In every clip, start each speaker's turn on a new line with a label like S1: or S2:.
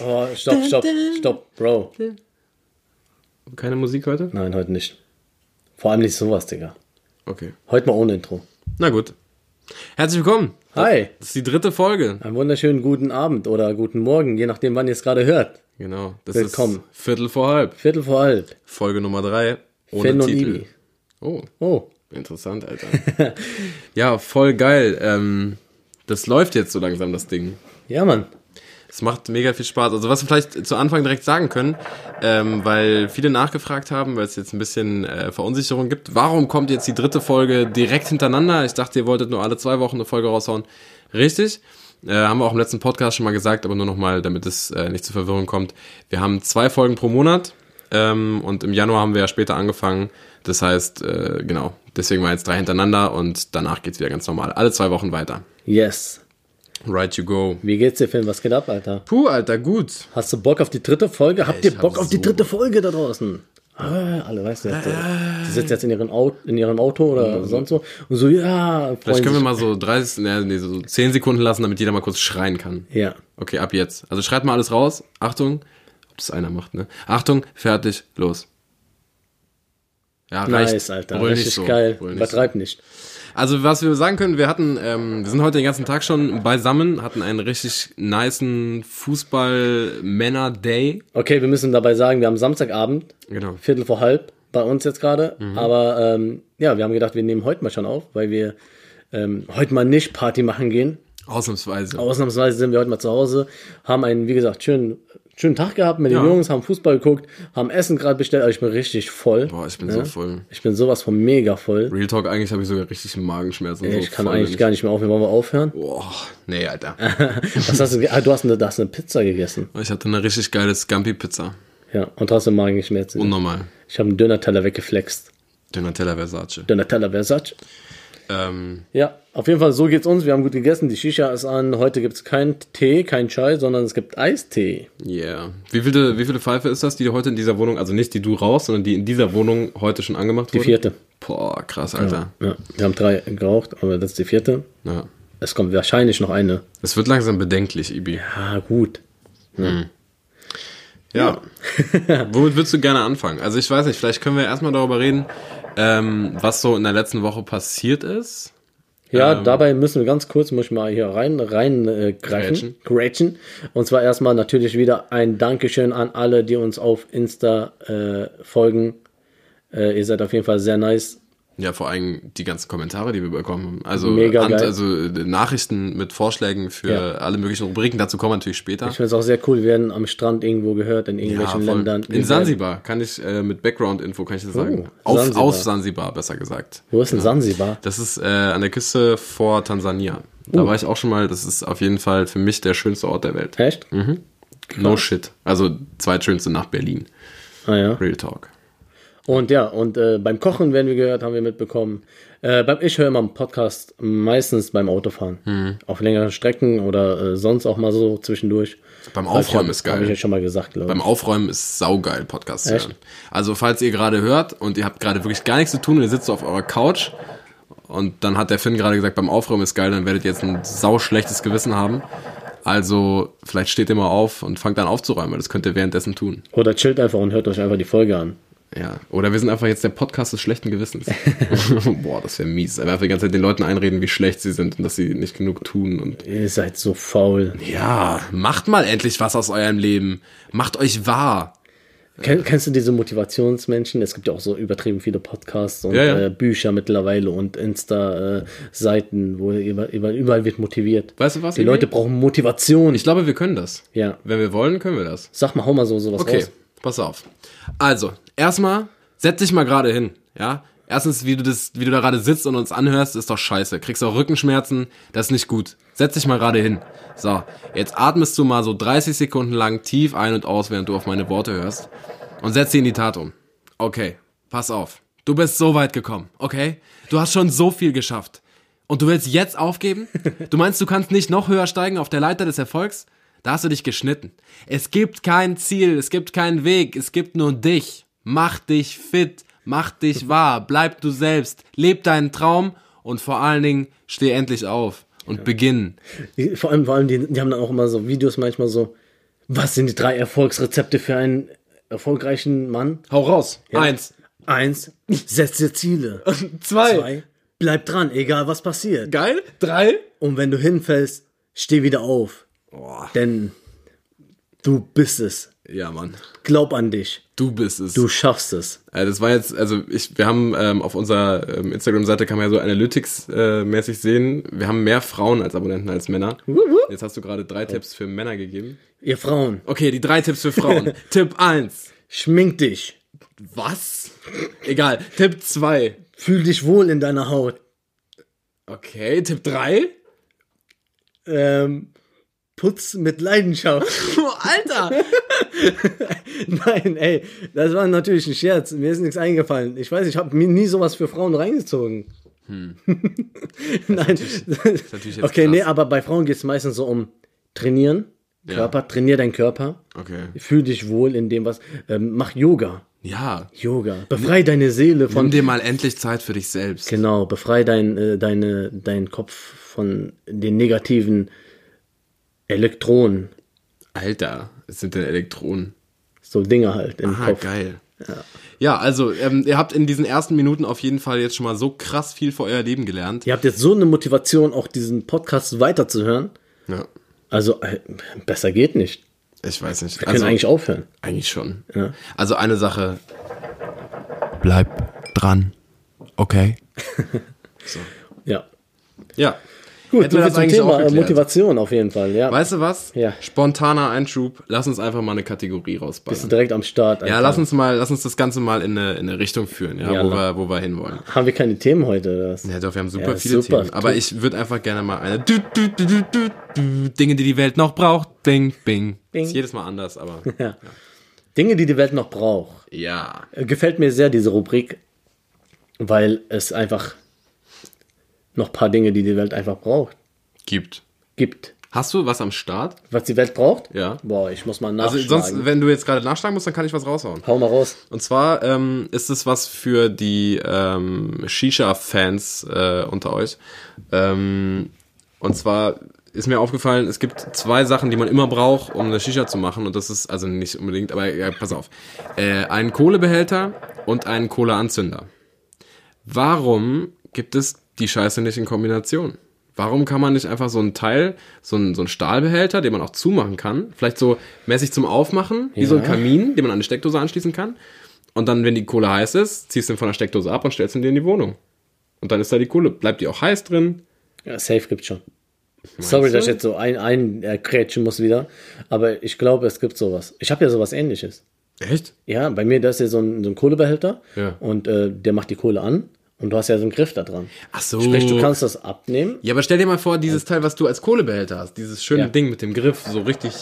S1: Oh, stopp, stopp, stopp, Bro.
S2: Keine Musik heute?
S1: Nein, heute nicht. Vor allem nicht sowas, Digga.
S2: Okay.
S1: Heute mal ohne Intro.
S2: Na gut. Herzlich willkommen.
S1: Hi,
S2: Das ist die dritte Folge.
S1: einen wunderschönen guten Abend oder guten Morgen, je nachdem, wann ihr es gerade hört.
S2: Genau. Das
S1: Willkommen.
S2: ist Viertel vor halb.
S1: Viertel vor halb.
S2: Folge Nummer drei. Ohne
S1: Finn und
S2: Titel.
S1: Ibi.
S2: Oh,
S1: Oh,
S2: interessant, Alter. ja, voll geil. Ähm, das läuft jetzt so langsam, das Ding.
S1: ja, Mann.
S2: Es macht mega viel Spaß. Also was wir vielleicht zu Anfang direkt sagen können, ähm, weil viele nachgefragt haben, weil es jetzt ein bisschen äh, Verunsicherung gibt. Warum kommt jetzt die dritte Folge direkt hintereinander? Ich dachte, ihr wolltet nur alle zwei Wochen eine Folge raushauen. Richtig. Äh, haben wir auch im letzten Podcast schon mal gesagt, aber nur nochmal, damit es äh, nicht zu Verwirrung kommt. Wir haben zwei Folgen pro Monat ähm, und im Januar haben wir ja später angefangen. Das heißt, äh, genau, deswegen waren jetzt drei hintereinander und danach geht's wieder ganz normal. Alle zwei Wochen weiter.
S1: Yes.
S2: Right to go.
S1: Wie geht's dir, Finn? Was geht ab, Alter?
S2: Puh, Alter, gut.
S1: Hast du Bock auf die dritte Folge? Habt
S2: Ich
S1: ihr Bock
S2: hab
S1: auf die
S2: so
S1: dritte Folge da draußen? Ah, alle weißt du, jetzt, äh, die sitzen jetzt in, ihren Au in ihrem Auto oder sonst wo. Und so, ja,
S2: Mhm. Vielleicht
S1: freuen
S2: können wir
S1: sich.
S2: mal so 30, nee, nee, so 10 Sekunden lassen, damit jeder mal kurz schreien kann.
S1: Ja.
S2: Okay, ab jetzt. Also schreibt mal alles raus. Achtung. Ob das einer macht, ne? Achtung, fertig, los. Ja, reicht.
S1: Nice, Alter.
S2: Brüll nicht
S1: Richtig
S2: so,
S1: geil.
S2: brüll nicht so.
S1: Übertreib nicht.
S2: Also was wir sagen können, wir hatten, ähm, wir sind heute den ganzen Tag schon beisammen, hatten einen richtig nicen Fußball-Männer-Day.
S1: Okay, wir müssen dabei sagen, wir haben Samstagabend,
S2: Genau.
S1: Viertel vor halb, bei uns jetzt gerade.
S2: Mhm.
S1: Aber ähm, ja, wir haben gedacht, wir nehmen heute mal schon auf, weil wir ähm, heute mal nicht Party machen gehen.
S2: Ausnahmsweise.
S1: Ausnahmsweise sind wir heute mal zu Hause, haben einen, wie gesagt, schönen, schönen Tag gehabt mit den
S2: Ja.
S1: Jungs, haben Fußball geguckt, haben Essen gerade bestellt. Also ich bin richtig voll.
S2: Boah, ich bin
S1: Ja?
S2: so voll.
S1: Ich bin sowas von mega voll.
S2: Real Talk, eigentlich habe ich sogar richtig Magenschmerzen. so
S1: ich kann
S2: voll
S1: eigentlich
S2: bin ich.
S1: gar nicht mehr aufhören. Wollen wir aufhören?
S2: Boah, nee, Alter.
S1: Was hast du, ge- ah, du hast eine, du hast eine Pizza gegessen.
S2: Ich hatte eine richtig geile Scampi-Pizza.
S1: Ja, und hast eine Magenschmerzen.
S2: Unnormal.
S1: Ich habe einen Döner-Teller weggeflext.
S2: Donatella Versace.
S1: Döner-Teller Versace.
S2: Ähm,
S1: Ja, auf jeden Fall, so geht's uns. Wir haben gut gegessen, die Shisha ist an. Heute gibt's keinen Tee, keinen Chai, sondern es gibt Eistee.
S2: yeah. Wie viele, wie viele Pfeife ist das, die heute in dieser Wohnung, also nicht die du raus, sondern die in dieser Wohnung heute schon angemacht wurde?
S1: Die vierte.
S2: Boah, krass, Alter.
S1: Ja, wir haben drei geraucht, aber das ist die vierte.
S2: Ja.
S1: Es kommt wahrscheinlich noch eine.
S2: Es wird langsam bedenklich, Ibi.
S1: Ah, gut.
S2: Ja. Womit würdest du gerne anfangen? Also ich weiß nicht, vielleicht können wir erstmal darüber reden, ähm, was so in der letzten Woche passiert ist.
S1: Ja, dabei müssen wir ganz kurz, muss ich mal hier rein, rein äh, greifen, grätschen. Und zwar erstmal natürlich wieder ein Dankeschön an alle, die uns auf Insta äh, folgen. Äh, ihr seid auf jeden Fall sehr nice.
S2: Ja, vor allem die ganzen Kommentare, die wir bekommen haben. Also,
S1: Mega geil.
S2: also äh, Nachrichten mit Vorschlägen für
S1: Ja.
S2: alle möglichen Rubriken. Dazu kommen wir natürlich später.
S1: Ich finde es auch sehr cool, wir werden am Strand irgendwo gehört, in irgendwelchen
S2: voll.
S1: Ländern.
S2: In
S1: Wir werden-
S2: Zanzibar kann ich äh, mit Background-Info kann ich das sagen.
S1: Oh,
S2: Auf,
S1: Sansibar.
S2: Aus Zanzibar, besser gesagt.
S1: Wo ist denn Sansibar?
S2: Das ist äh, an der Küste vor Tansania.
S1: Oh.
S2: Da war ich auch schon mal. Das ist auf jeden Fall für mich der schönste Ort der Welt.
S1: Echt?
S2: No shit. Also zweitschönste nach Berlin.
S1: Ah, ja.
S2: Real Talk.
S1: Und ja, und äh, beim Kochen werden wir gehört, haben wir mitbekommen. Äh, beim, ich höre immer einen Podcast meistens beim Autofahren.
S2: Mhm.
S1: Auf längeren Strecken oder äh, sonst auch mal so zwischendurch.
S2: Beim Aufräumen ist
S1: Habe ich ja
S2: geil.
S1: schon mal gesagt, glaube
S2: Beim
S1: ich.
S2: Aufräumen ist saugeil, Podcast zu
S1: Echt?
S2: hören. Also, falls ihr gerade hört und ihr habt gerade wirklich gar nichts zu tun und ihr sitzt so auf eurer Couch und dann hat der Finn gerade gesagt, beim Aufräumen ist geil, dann werdet ihr jetzt ein sauschlechtes Gewissen haben. Also, vielleicht steht ihr mal auf und fangt an aufzuräumen, weil das könnt ihr währenddessen tun.
S1: Oder chillt einfach und hört euch einfach die Folge an.
S2: Ja. Oder wir sind einfach jetzt der Podcast des schlechten Gewissens. Boah, das wäre mies. Aber einfach die ganze Zeit den Leuten einreden, wie schlecht sie sind und dass sie nicht genug tun und
S1: Ihr seid so faul.
S2: ja, macht mal endlich was aus eurem Leben. Macht euch wahr.
S1: Ken, kennst du diese Motivationsmenschen? Es gibt ja auch so übertrieben viele Podcasts und
S2: Ja, ja.
S1: Äh, Bücher mittlerweile und Insta-Seiten, wo über, über, überall wird motiviert.
S2: Weißt du was,
S1: Die
S2: Emil?
S1: Leute brauchen Motivation.
S2: Ich glaube, wir können das.
S1: ja.
S2: Wenn wir wollen, können wir das.
S1: Sag mal, hau mal so sowas
S2: Okay,
S1: raus.
S2: pass auf. Also, erstmal, setz dich mal gerade hin, ja? Erstens, wie du, das, wie du da gerade sitzt und uns anhörst, ist doch scheiße. Kriegst auch Rückenschmerzen, das ist nicht gut. Setz dich mal gerade hin. So, jetzt atmest du mal so 30 Sekunden lang tief ein und aus, während du auf meine Worte hörst. Und setz sie in die Tat um. Okay, pass auf. Du bist so weit gekommen, okay? Du hast schon so viel geschafft. Und du willst jetzt aufgeben? Du meinst, du kannst nicht noch höher steigen auf der Leiter des Erfolgs? Da hast du dich geschnitten. Es gibt kein Ziel, es gibt keinen Weg, es gibt nur dich. Mach dich fit, mach dich wahr, bleib du selbst, leb deinen Traum und vor allen Dingen steh endlich auf und beginn.
S1: Die- Vor allem, vor allem die, die haben dann auch immer so Videos manchmal so, Was sind die drei Erfolgsrezepte für einen erfolgreichen Mann?
S2: Hau raus. Eins.
S1: Eins, setz dir Ziele.
S2: Zwei.
S1: Zwei, bleib dran, egal was passiert.
S2: Geil. Drei.
S1: Und wenn du hinfällst, steh wieder auf. Denn du bist es.
S2: Ja, Mann.
S1: Glaub an dich.
S2: Du bist es.
S1: Du schaffst es.
S2: Äh, Das war jetzt, also ich, wir haben ähm, auf unserer ähm, Instagram-Seite kann man ja so Analytics-mäßig sehen. Wir haben mehr Frauen als Abonnenten als Männer. Jetzt hast du gerade drei Tipps für Männer gegeben.
S1: Ihr Frauen,
S2: Okay, die drei Tipps für Frauen. Tipp 1.
S1: schmink dich.
S2: Was? Egal. Tipp 2.
S1: Fühl dich wohl in deiner Haut.
S2: Okay, Tipp 3.
S1: Ähm, putz mit Leidenschaft.
S2: Alter!
S1: Nein, ey, das war natürlich ein Scherz. Mir ist nichts eingefallen. Ich weiß, ich habe mir nie sowas für Frauen reingezogen. Nein.
S2: Hm. natürlich jetzt
S1: okay, nee,
S2: krass.
S1: aber bei Frauen geht es meistens so um trainieren. Körper, trainier deinen Körper.
S2: Okay.
S1: Fühl dich wohl in dem, was. Ähm, mach Yoga.
S2: Ja.
S1: Yoga. Befrei deine Seele von.
S2: Nimm dir mal endlich Zeit für dich selbst.
S1: Genau, befrei dein, äh, deine, deinen Kopf von den negativen Elektronen.
S2: Alter, es sind denn Elektronen.
S1: So Dinge halt im
S2: Ah,
S1: Kopf.
S2: geil. Ja, also ähm, ihr habt in diesen ersten Minuten auf jeden Fall jetzt schon mal so krass viel für euer Leben gelernt.
S1: Ihr habt jetzt so eine Motivation, auch diesen Podcast weiterzuhören.
S2: Ja.
S1: Also, äh, besser geht nicht.
S2: Ich weiß nicht. Also,
S1: Wir können eigentlich aufhören.
S2: Eigentlich schon.
S1: Ja.
S2: Also eine Sache. Bleib dran. Okay.
S1: Ja.
S2: Ja.
S1: Gut,
S2: Hätten
S1: so
S2: wir
S1: viel
S2: das
S1: zum
S2: eigentlich auch
S1: Thema äh,
S2: geklärt.
S1: Motivation auf jeden Fall. Ja.
S2: Weißt du was?
S1: Ja.
S2: Spontaner Einschub. Lass uns einfach mal eine Kategorie
S1: Bist du
S2: rausballern.
S1: Also direkt am Start.
S2: Ja,
S1: Alter.
S2: lass uns mal, lass uns das Ganze mal in eine, in eine Richtung führen, ja,
S1: Ja,
S2: wo,
S1: la-
S2: wir, wo wir hinwollen.
S1: Haben wir keine Themen heute? Oder was?
S2: Ja, doch, wir haben super
S1: Ja,
S2: viele
S1: super.
S2: Themen. Aber ich würde einfach gerne mal eine dü, dü, dü, dü, dü, dü, Dinge, die die Welt noch braucht. Bing, bing.
S1: Bing.
S2: Ist jedes Mal anders, aber
S1: Dinge, die die Welt noch braucht.
S2: ja.
S1: Äh, Gefällt mir sehr diese Rubrik, weil es einfach noch ein paar Dinge, die die Welt einfach braucht,
S2: Gibt.
S1: gibt.
S2: Hast du was am Start?
S1: Was die Welt braucht?
S2: Ja.
S1: Boah, ich muss mal
S2: Also
S1: nachschlagen.
S2: sonst, wenn du jetzt gerade nachschlagen musst, dann kann ich was raushauen.
S1: Hau mal raus.
S2: Und zwar ähm, ist es was für die ähm, Shisha-Fans äh, unter euch. Ähm, und zwar ist mir aufgefallen, es gibt zwei Sachen, die man immer braucht, um eine Shisha zu machen. Und das ist also nicht unbedingt, aber ja, pass auf. Äh, einen Kohlebehälter und einen Kohleanzünder. Warum gibt es die Scheiße nicht in Kombination? Warum kann man nicht einfach so ein Teil, so ein, so ein Stahlbehälter, den man auch zumachen kann, vielleicht so mäßig zum Aufmachen, wie so ein
S1: Ja.
S2: Kamin, den man an eine Steckdose anschließen kann. Und dann, wenn die Kohle heiß ist, ziehst du ihn von der Steckdose ab und stellst ihn dir in die Wohnung. Und dann ist da die Kohle. Bleibt die auch heiß drin?
S1: Ja, safe gibt's schon. Sorry, dass ich jetzt so ein, ein äh, krätschen muss wieder, aber ich glaube, es gibt sowas. Ich habe ja sowas ähnliches.
S2: Echt?
S1: Ja, bei mir, da ist ja so ein, so ein Kohlebehälter
S2: Ja.
S1: und äh, der macht die Kohle an und du hast ja so einen Griff da dran.
S2: Ach so.
S1: Sprich, du kannst das abnehmen.
S2: ja, aber stell dir mal vor, dieses Teil, was du als Kohlebehälter hast, dieses schöne
S1: Ja.
S2: Ding mit dem Griff, so richtig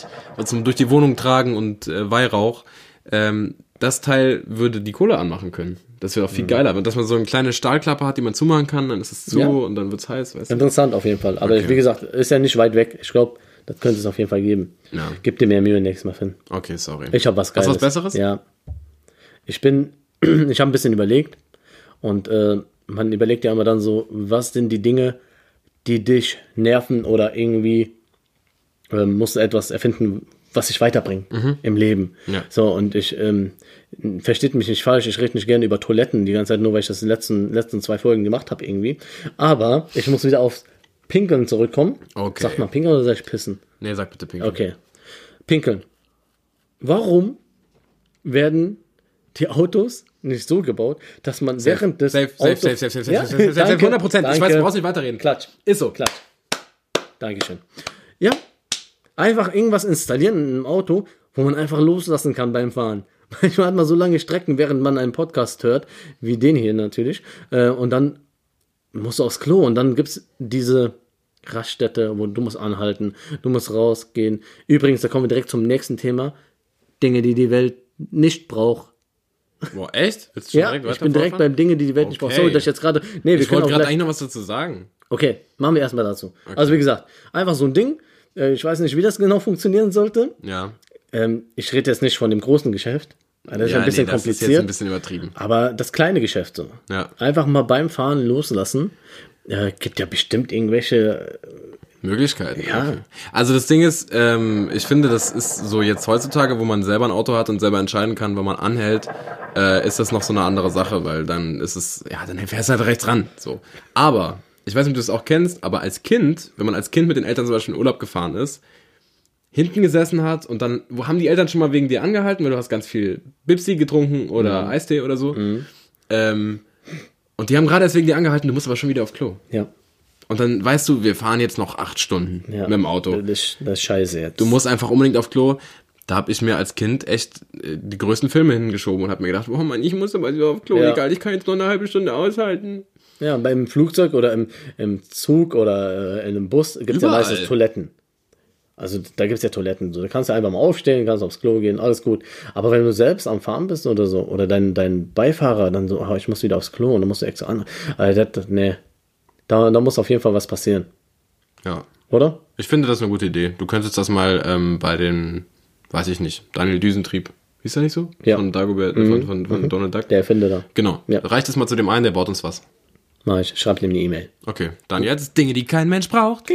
S2: zum durch die Wohnung tragen und äh, Weihrauch, ähm, das Teil würde die Kohle anmachen können. Das wäre auch viel geiler. Aber dass man so eine kleine Stahlklappe hat, die man zumachen kann, dann ist es zu
S1: Mhm. Ja.
S2: und dann wird es heiß, weißt du?
S1: Interessant auf jeden Fall. Aber
S2: Okay.
S1: wie gesagt, ist ja nicht weit weg. Ich glaube, das könnte es auf jeden Fall geben.
S2: Ja.
S1: Gib dir mehr Mühe nächstes Mal, Finn.
S2: Okay, sorry.
S1: Ich habe was
S2: Hast
S1: Geiles.
S2: du was Besseres?
S1: Ja. Ich bin, ich habe ein bisschen überlegt und äh, man überlegt ja immer dann so, was sind die Dinge, die dich nerven oder irgendwie ähm, musst du etwas erfinden, was dich weiterbringt im Leben.
S2: Mhm. Ja.
S1: So, und ich, ähm, versteht mich nicht falsch, ich rede nicht gerne über Toiletten die ganze Zeit, nur weil ich das in den letzten, letzten zwei Folgen gemacht habe irgendwie. Aber ich muss wieder aufs Pinkeln zurückkommen.
S2: Okay.
S1: Sag mal, Pinkeln oder sag ich Pissen?
S2: Nee, sag bitte Pink.
S1: Okay. Pinkeln. Warum werden die Autos nicht so gebaut, dass man während des
S2: safe, safe,
S1: Autos...
S2: safe, safe, safe, safe,
S1: Ja?
S2: safe, safe, safe,
S1: Danke,
S2: 100%. Ich weiß,
S1: danke.
S2: du brauchst nicht weiterreden.
S1: Klatsch.
S2: Ist so.
S1: Klatsch. Dankeschön. Ja, einfach irgendwas installieren im Auto, wo man einfach loslassen kann beim Fahren. Manchmal hat man so lange Strecken, während man einen Podcast hört, wie den hier natürlich, äh, und dann musst du aufs Klo und dann gibt's diese Raststätte, wo du musst anhalten, du musst rausgehen. Übrigens, da kommen wir direkt zum nächsten Thema. Dinge, die die Welt nicht braucht.
S2: Boah, echt? Willst du schon
S1: Ja,
S2: direkt
S1: ich bin direkt beim Dinge, die die Welt nicht braucht.
S2: Okay.
S1: Sorry, dass ich jetzt gerade... Nee, wir
S2: Ich
S1: können
S2: wollte
S1: auch
S2: gerade
S1: gleich-
S2: eigentlich noch was dazu sagen.
S1: Okay, machen wir erstmal dazu. Also wie gesagt, einfach so ein Ding. Äh, Ich weiß nicht, wie das genau funktionieren sollte.
S2: Ja.
S1: Ähm, Ich rede jetzt nicht von dem großen Geschäft. weil Das ist
S2: ja,
S1: ein bisschen
S2: nee, das ist jetzt
S1: kompliziert.
S2: ein bisschen übertrieben.
S1: aber das kleine Geschäft so.
S2: Ja.
S1: Einfach mal beim Fahren loslassen. Äh, gibt ja bestimmt irgendwelche äh,
S2: Möglichkeiten. Ja. Also das Ding ist, ähm, ich finde, das ist so jetzt heutzutage, wo man selber ein Auto hat und selber entscheiden kann, wenn man anhält, äh, ist das noch so eine andere Sache, weil dann ist es, ja, dann fährst du halt rechts ran. So. Aber, ich weiß nicht, ob du das auch kennst, aber als Kind, wenn man als Kind mit den Eltern zum Beispiel in Urlaub gefahren ist, hinten gesessen hat und dann wo haben die Eltern schon mal wegen dir angehalten, weil du hast ganz viel Bipsi getrunken oder Eistee oder so. Ähm, und die haben gerade deswegen dir angehalten, du musst aber schon wieder auf Klo.
S1: Ja.
S2: Und dann weißt du, wir fahren jetzt noch acht Stunden
S1: ja. Äh,
S2: mit dem Auto.
S1: Das ist, das ist scheiße jetzt.
S2: Du musst einfach unbedingt auf Klo. Da habe ich mir als Kind echt äh, die größten Filme hingeschoben und habe mir gedacht, oh Mann, ich muss aber wieder auf Klo,
S1: Ja.
S2: egal, ich kann jetzt noch eine halbe Stunde aushalten.
S1: ja, beim Flugzeug oder im, im Zug oder äh, in einem Bus gibt es ja
S2: Überall.
S1: meistens Toiletten. Also da gibt es ja Toiletten. So, da kannst du einfach mal aufstehen, kannst aufs Klo gehen, alles gut. Aber wenn du selbst am Fahren bist oder so, oder dein, dein Beifahrer dann so, ah, ich muss wieder aufs Klo und dann musst du extra an. Also, das, nee. Da, da muss auf jeden Fall was passieren,
S2: Ja,
S1: oder?
S2: ich finde das eine gute Idee. Du könntest das mal ähm, bei den, weiß ich nicht, Daniel Düsentrieb, hieß der nicht so?
S1: Ja. Mhm.
S2: Von Dagobert, äh, von, von, von Donald Duck.
S1: Der Erfinder da.
S2: Genau.
S1: Ja.
S2: Reicht es mal zu dem einen, der baut uns was.
S1: Mach ich, schreib ihm eine E-Mail.
S2: Okay, dann jetzt Dinge, die kein Mensch braucht.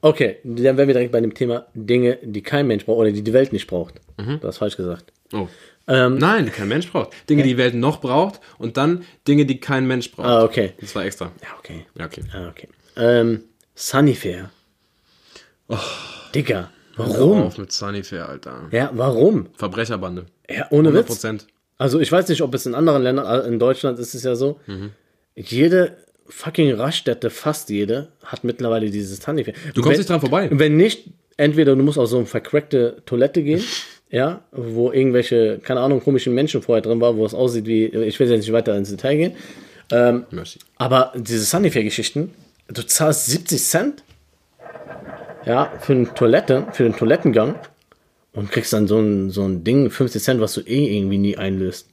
S1: Okay, dann wären wir direkt bei dem Thema Dinge, die kein Mensch braucht oder die die Welt nicht braucht. Das ist falsch gesagt.
S2: Oh.
S1: Ähm,
S2: Nein, die kein Mensch braucht. Dinge, die die Welt noch braucht und dann Dinge, die kein Mensch braucht.
S1: Ah, okay.
S2: Das war extra.
S1: Ja, okay.
S2: Ja, okay.
S1: Ah, okay. Ähm, Sunnyfair.
S2: Oh.
S1: Dicker,
S2: Hör
S1: warum?
S2: Auf mit Sunnyfair, Alter.
S1: Ja, warum?
S2: Verbrecherbande.
S1: Ja, ohne Witz.
S2: 100%.
S1: Also ich weiß nicht, ob es in anderen Ländern, also in Deutschland ist es ja so,
S2: Mhm.
S1: jede fucking Raststätte, fast jede, hat mittlerweile dieses Sunnyfair.
S2: Du kommst nicht dran vorbei.
S1: Wenn nicht, entweder du musst auf so eine vercrackte Toilette gehen, ja, wo irgendwelche, keine Ahnung, komischen Menschen vorher drin waren, wo es aussieht wie, ich will jetzt nicht weiter ins Detail gehen, ähm,
S2: Mercy.
S1: aber diese Sunnyfair-Geschichten, du zahlst 70 Cent, ja, für eine Toilette, für den Toilettengang und kriegst dann so ein, so ein Ding, 50 Cent, was du eh irgendwie nie einlöst.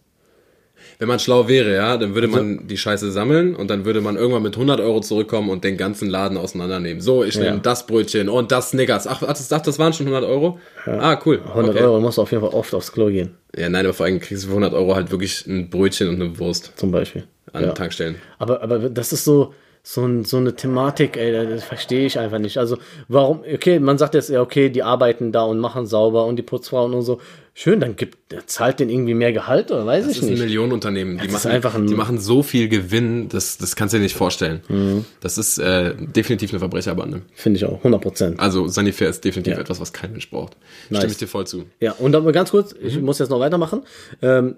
S2: Wenn man schlau wäre, ja, dann würde
S1: Also-
S2: man die Scheiße sammeln und dann würde man irgendwann mit 100 Euro zurückkommen und den ganzen Laden auseinandernehmen. So, ich nehme das Brötchen und das Snickers. Ach, das, ach, das waren schon 100 Euro? Ah, cool.
S1: 100
S2: okay.
S1: Euro musst du auf jeden Fall oft aufs Klo gehen,
S2: Ja, nein, aber vor allem kriegst du für 100 Euro halt wirklich ein Brötchen und eine Wurst
S1: zum Beispiel.
S2: an
S1: ja.
S2: Tankstellen.
S1: Aber, aber das ist so, so, ein, so eine Thematik, ey, das verstehe ich einfach nicht. Also, warum, okay, man sagt jetzt, ja, okay, die arbeiten da und machen sauber und die Putzfrauen und so. Schön, dann gibt, der zahlt denen irgendwie mehr Gehalt oder weiß
S2: Das
S1: ich
S2: ist ein
S1: nicht.
S2: Millionenunternehmen. Die
S1: Das ist
S2: machen,
S1: einfach ein-
S2: die machen so viel Gewinn, das, das kannst du dir nicht vorstellen.
S1: Mhm.
S2: Das ist äh, definitiv eine Verbrecherbande.
S1: Finde ich auch, 100 Prozent.
S2: Also Sanifair ist definitiv
S1: Ja.
S2: etwas, was kein Mensch braucht.
S1: Nice.
S2: Stimme ich dir voll zu.
S1: Ja, und aber ganz kurz,
S2: Mhm.
S1: ich muss jetzt noch weitermachen. Ähm,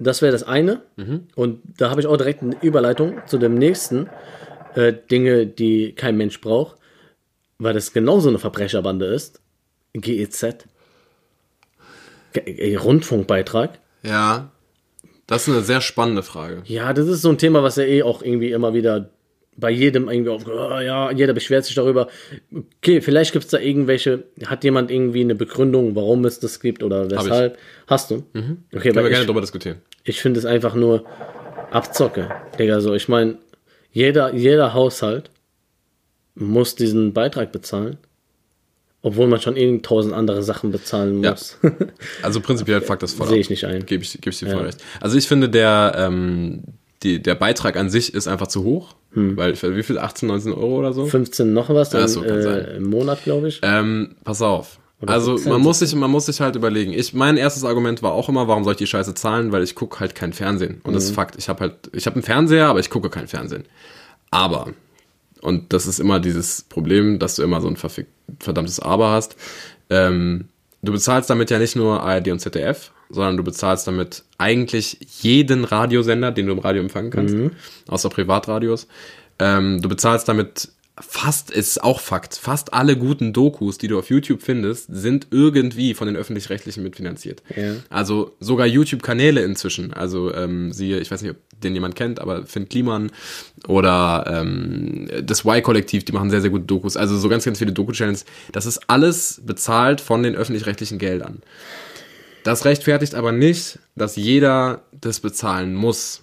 S1: das wäre das eine.
S2: Mhm.
S1: Und da habe ich auch direkt eine Überleitung zu dem nächsten. Äh, Dinge, die kein Mensch braucht, weil das genauso eine Verbrecherbande ist. GEZ. Ge- äh, Rundfunkbeitrag.
S2: Ja, das ist eine sehr spannende Frage.
S1: Ja, das ist so ein Thema, was ja eh auch irgendwie immer wieder bei jedem irgendwie auf, oh, ja, jeder beschwert sich darüber. Okay, vielleicht gibt es da irgendwelche, hat jemand irgendwie eine Begründung, warum es das gibt oder weshalb? Hast du? Okay,
S2: Mhm. Können
S1: weil
S2: wir gerne
S1: ich,
S2: drüber diskutieren.
S1: ich finde es einfach nur Abzocke, Digga. So, ich meine, jeder, jeder Haushalt muss diesen Beitrag bezahlen, obwohl man schon irgend tausend andere Sachen bezahlen
S2: Ja.
S1: muss.
S2: Also prinzipiell fuck das voll
S1: Sehe
S2: ab.
S1: ich nicht ein.
S2: Gebe ich, geb ich dir voll recht. Also ich finde, der, ähm, die, der Beitrag an sich ist einfach zu hoch.
S1: Hm.
S2: Weil, ich weiß, wie viel? 18, 19 Euro oder so?
S1: 15 noch was
S2: Ja,
S1: dann,
S2: so kann sein.
S1: äh, im Monat, glaube ich.
S2: Ähm, pass auf. Also
S1: 17.
S2: man muss sich, man muss sich halt überlegen. Ich, mein erstes Argument war auch immer, warum soll ich die Scheiße zahlen? Weil ich gucke halt kein Fernsehen. Und das ist Fakt. Ich habe halt, ich habe einen Fernseher, aber ich gucke kein Fernsehen. Aber und das ist immer dieses Problem, dass du immer so ein verfick- verdammtes Aber hast. Ähm, du bezahlst damit ja nicht nur ARD und ZDF, sondern du bezahlst damit eigentlich jeden Radiosender, den du im Radio empfangen kannst, außer Privatradios. Ähm, du bezahlst damit fast, ist auch Fakt, fast alle guten Dokus, die du auf YouTube findest, sind irgendwie von den Öffentlich-Rechtlichen mitfinanziert.
S1: Ja.
S2: Also sogar YouTube-Kanäle inzwischen. Also ähm, siehe, ich weiß nicht, ob den jemand kennt, aber Finn Kliman oder ähm, das Y-Kollektiv, die machen sehr, sehr gute Dokus. Also so ganz, ganz viele Doku-Channels. Das ist alles bezahlt von den öffentlich-rechtlichen Geldern. Das rechtfertigt aber nicht, dass jeder das bezahlen muss.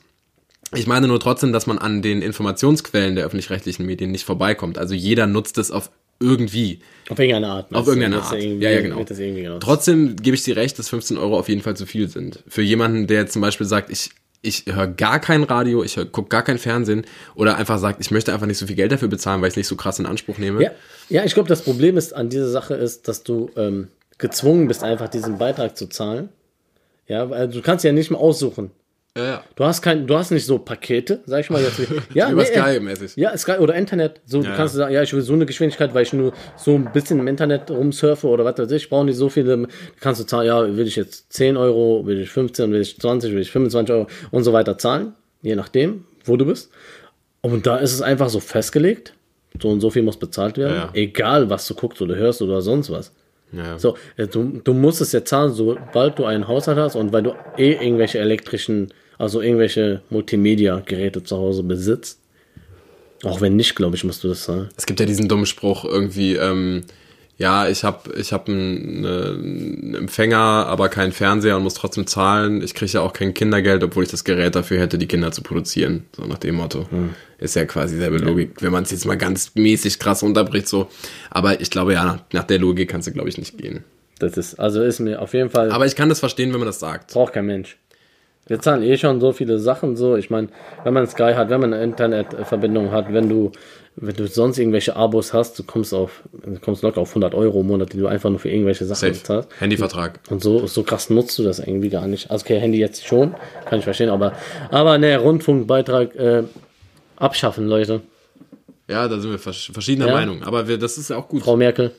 S2: Ich meine nur trotzdem, dass man an den Informationsquellen der öffentlich-rechtlichen Medien nicht vorbeikommt. Also jeder nutzt es auf irgendwie.
S1: Auf irgendeine Art.
S2: Auf
S1: meinst du?
S2: irgendeine
S1: Wird das
S2: Art.
S1: irgendwie-
S2: Ja, ja, genau.
S1: wird das irgendwie genutzt.
S2: Trotzdem gebe ich dir recht, dass 15 Euro auf jeden Fall zu viel sind. Für jemanden, der jetzt zum Beispiel sagt, ich ich höre gar kein Radio, ich gucke gar kein Fernsehen oder einfach sagt, ich möchte einfach nicht so viel Geld dafür bezahlen, weil ich es nicht so krass in Anspruch nehme.
S1: Ja, ja ich glaube, das Problem ist an dieser Sache ist, dass du ähm, gezwungen bist, einfach diesen Beitrag zu zahlen. Ja, weil du kannst ja nicht mal aussuchen.
S2: Ja, ja.
S1: Du hast kein, du hast nicht so Pakete, sag ich mal jetzt. Ja,
S2: Über
S1: nee, äh,
S2: Sky-mäßig.
S1: ja, Sky oder Internet. So,
S2: Ja,
S1: du kannst sagen, ja, ich will so eine Geschwindigkeit, weil ich nur so ein bisschen im Internet rumsurfe oder was weiß ich, ich brauche nicht so viele. Kannst du zahlen, ja, will ich jetzt 10 Euro, will ich 15, will ich 20, will ich 25 Euro und so weiter zahlen, je nachdem, wo du bist. Und da ist es einfach so festgelegt, so und so viel muss bezahlt werden,
S2: Ja, ja.
S1: egal was du guckst oder hörst oder sonst was.
S2: Ja, ja.
S1: So, äh, du, du musst es ja zahlen, sobald du einen Haushalt hast und weil du eh irgendwelche elektrischen, also irgendwelche Multimedia-Geräte zu Hause besitzt. Auch wenn nicht, glaube ich, musst du das zahlen.
S2: Es gibt ja diesen dummen Spruch irgendwie, ähm, ja, ich habe ich hab einen, äh, einen Empfänger, aber keinen Fernseher und muss trotzdem zahlen. Ich kriege ja auch kein Kindergeld, obwohl ich das Gerät dafür hätte, die Kinder zu produzieren. So nach dem Motto.
S1: Hm.
S2: Ist ja quasi dieselbe Logik, wenn man es jetzt mal ganz mäßig krass unterbricht. so. Aber ich glaube ja, nach, nach der Logik kannst du, glaube ich, nicht gehen.
S1: Das ist, also ist mir auf jeden Fall,
S2: Aber ich kann das verstehen, wenn man das sagt.
S1: braucht kein Mensch. Wir zahlen eh schon so viele Sachen so. Ich meine, wenn man Sky hat, wenn man eine Internetverbindung hat, wenn du, wenn du sonst irgendwelche Abos hast, du kommst auf, du kommst locker auf 100 Euro im Monat, die du einfach nur für irgendwelche Sachen
S2: Safe.
S1: zahlst.
S2: Handyvertrag.
S1: Und so, so krass nutzt du das irgendwie gar nicht. Also okay, Handy jetzt schon, kann ich verstehen, aber, aber ne, Rundfunkbeitrag äh, abschaffen, Leute.
S2: Ja, da sind wir versch verschiedener
S1: Ja.
S2: Meinung. Aber wir, das ist ja auch gut.
S1: Frau Merkel,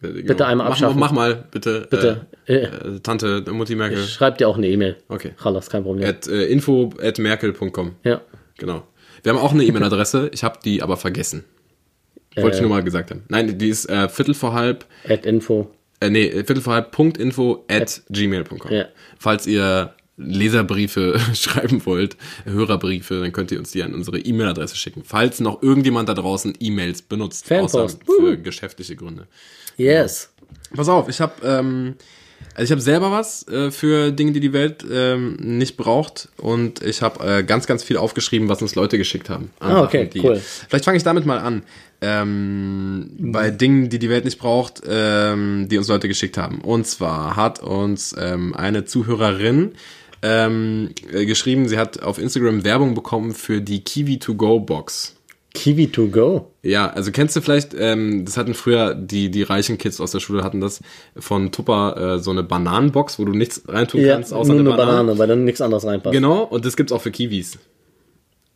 S2: bitte
S1: einmal abschaffen.
S2: Mach, mach mal, bitte.
S1: Bitte.
S2: Äh, äh, Tante, Mutti Merkel.
S1: schreib dir auch eine E-Mail.
S2: Okay.
S1: Chalas, kein Problem.
S2: At, äh, info at merkel.com.
S1: ja.
S2: Genau. Wir haben auch eine E-Mail-Adresse, ich habe die aber vergessen.
S1: Äh.
S2: Wollte ich nur mal gesagt haben. Nein, die ist äh, viertel vor halb,
S1: At info.
S2: äh, nee, viertel vor halb Punkt info at gmail.com.
S1: Ja.
S2: Falls ihr Leserbriefe schreiben wollt, Hörerbriefe, dann könnt ihr uns die an unsere E-Mail-Adresse schicken. Falls noch irgendjemand da draußen E-Mails benutzt,
S1: Fanpost.
S2: für geschäftliche Gründe.
S1: Yes.
S2: Pass auf, ich habe ähm, also ich habe selber was äh, für Dinge, die die Welt ähm, nicht braucht und ich habe äh, ganz ganz viel aufgeschrieben, was uns Leute geschickt haben. An
S1: Ah, okay,
S2: Sachen, die,
S1: cool.
S2: Vielleicht fange ich damit mal an. Ähm, bei Dingen, die die Welt nicht braucht, ähm, die uns Leute geschickt haben. Und zwar hat uns ähm, eine Zuhörerin ähm, äh, geschrieben, sie hat auf Instagram Werbung bekommen für die Kiwi To Go Box.
S1: Kiwi to go.
S2: Ja, also kennst du vielleicht, ähm, das hatten früher die, die reichen Kids aus der Schule hatten das von Tupper äh, so eine Bananenbox, wo du nichts reintun
S1: Ja,
S2: kannst,
S1: nur
S2: außer
S1: eine
S2: eine
S1: Banane,
S2: Banane.
S1: weil dann nichts anderes reinpasst.
S2: Genau, und das gibt's auch für Kiwis.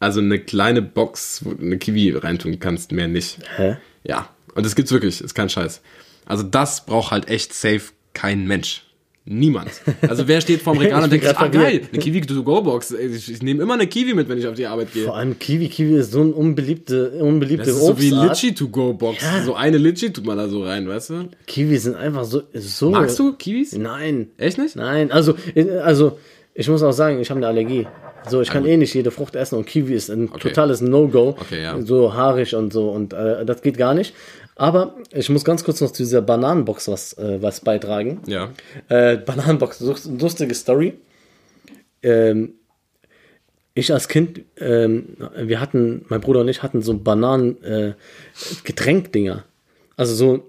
S2: Also eine kleine Box, wo du eine Kiwi reintun kannst, mehr nicht.
S1: Hä?
S2: Ja, und das gibt's wirklich, ist kein Scheiß. Also das braucht halt echt safe kein Mensch. Niemand. Also wer steht vorm Regal
S1: Ich
S2: und
S1: bin
S2: denkt, sich,
S1: grad
S2: ah geil,
S1: verwirrt.
S2: eine Kiwi-to-go-Box. Ey, Ich, ich nehme immer eine Kiwi mit, wenn ich auf die Arbeit gehe.
S1: Vor allem Kiwi, Kiwi ist so ein unbeliebte, unbeliebte
S2: Das ist so wie
S1: Obstart.
S2: Litschi-to-go-Box. So eine Litschi tut man da so rein, weißt du?
S1: Kiwi sind einfach so, so.
S2: Magst du Kiwis?
S1: Nein.
S2: Echt nicht?
S1: Nein. Also, äh, also, ich muss auch sagen, ich habe eine Allergie. So, ich kann eh nicht jede Frucht essen und Kiwi ist ein totales No-Go.
S2: Okay, ja.
S1: So haarig und so und äh, das geht gar nicht. Aber ich muss ganz kurz noch zu dieser Bananenbox was, äh, was beitragen.
S2: Ja.
S1: Äh, Bananenbox, lust- lustige Story. Ähm, ich als Kind, ähm, wir hatten, mein Bruder und ich hatten so Bananen-Getränkdinger. also so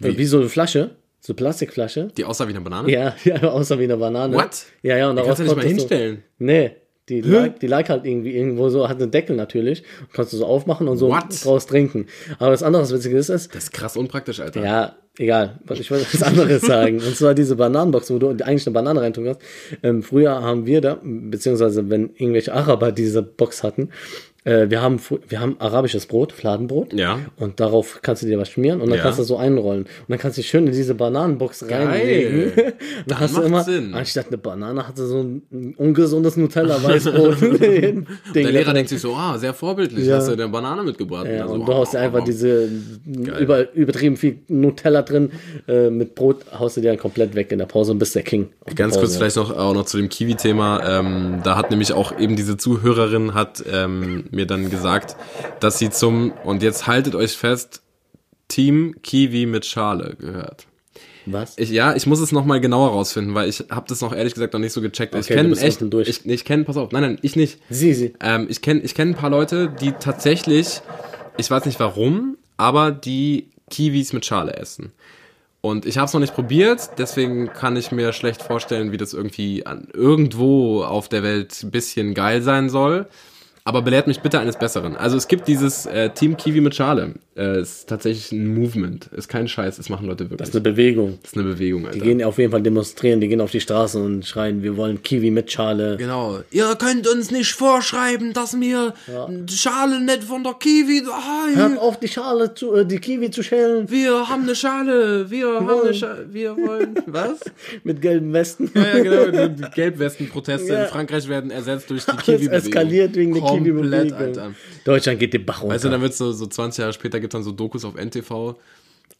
S1: wie? wie so eine Flasche, so Plastikflasche.
S2: Die aussah wie eine Banane?
S1: Ja, ja, außer wie eine Banane.
S2: What?
S1: Ja, ja, und
S2: Die
S1: daraus
S2: kannst du nicht mal
S1: konntest du-
S2: hinstellen.
S1: Nee, die lag, die lag halt irgendwie irgendwo so, hat einen Deckel natürlich. Kannst du so aufmachen und so
S2: What?
S1: draus trinken. Aber was anderes Witziges ist,
S2: Das ist krass unpraktisch, Alter.
S1: ja, egal. Was- Ich wollte was anderes sagen. Und zwar diese Bananenbox, wo du eigentlich eine Banane reintun kannst. Ähm, früher haben wir da, beziehungsweise wenn irgendwelche Araber diese Box hatten, äh, wir, haben, fr- wir haben arabisches Brot, Fladenbrot.
S2: Ja.
S1: Und darauf kannst du dir was schmieren und dann
S2: Ja.
S1: kannst du so einrollen. Und dann kannst du dich schön in diese Bananenbox reinlegen. Dann hast du
S2: macht's
S1: immer,
S2: Sinn.
S1: anstatt eine Banane, hast du so ein, ein ungesundes Nutella-Weißbrot. Ding
S2: Der
S1: da
S2: Lehrer denkt sich so, ah, sehr vorbildlich,
S1: Ja.
S2: hast du eine Banane mitgebracht.
S1: ja,
S2: so,
S1: und du haust dir
S2: ah,
S1: einfach
S2: ah,
S1: diese über, übertrieben viel Nutella drin. Äh, mit Brot haust du dir dann komplett weg in der Pause und bist der King. auf der
S2: Ganz kurz
S1: Pause.
S2: vielleicht noch, auch noch zu dem Kiwi-Thema. Ähm, da hat nämlich auch eben diese Zuhörerin hat ähm, mir dann gesagt, dass sie zum, und jetzt haltet euch fest, Team Kiwi mit Schale gehört.
S1: Was?
S2: Ich, ja, ich muss es nochmal genauer rausfinden, weil ich habe das noch ehrlich gesagt noch nicht so gecheckt. ich
S1: Okay, du
S2: kenne
S1: bist
S2: echt,
S1: unten durch.
S2: ich, nee, ich kenne, pass auf, nein, nein, ich nicht.
S1: Sie, sie.
S2: Ähm, ich kenne ich kenn ein paar Leute, die tatsächlich, ich weiß nicht warum, aber die Kiwis mit Schale essen. Und ich habe es noch nicht probiert, deswegen kann ich mir schlecht vorstellen, wie das irgendwie an, irgendwo auf der Welt ein bisschen geil sein soll. Aber belehrt mich bitte eines Besseren. Also es gibt dieses äh, Team Kiwi mit Schale. Äh, ist tatsächlich ein Movement. Ist kein Scheiß, das machen Leute wirklich.
S1: Das ist eine Bewegung.
S2: Das ist eine Bewegung,
S1: Die gehen auf jeden Fall demonstrieren, die gehen auf die Straßen und schreien, wir wollen Kiwi mit Schale.
S2: Genau. Ihr könnt uns nicht vorschreiben, dass mir die Schale nicht von der Kiwi. Ei,
S1: Hört auf, die Schale zu, äh, die Kiwi zu schälen
S2: wir haben eine Schale. Wir haben
S1: wollen.
S2: eine Schale. Wir wollen. Was?
S1: mit gelben Westen.
S2: Ja, ja, genau. Die Gelbwesten-Proteste in Frankreich werden ersetzt durch die
S1: Es
S2: Kiwi-Bewegung.
S1: eskaliert wegen der
S2: Komplett,
S1: Kiwi-Bewegung.
S2: Alter.
S1: Deutschland geht den Bach runter.
S2: Weißt du, Also dann wird so, so 20 Jahre später gibt dann so Dokus auf NTV.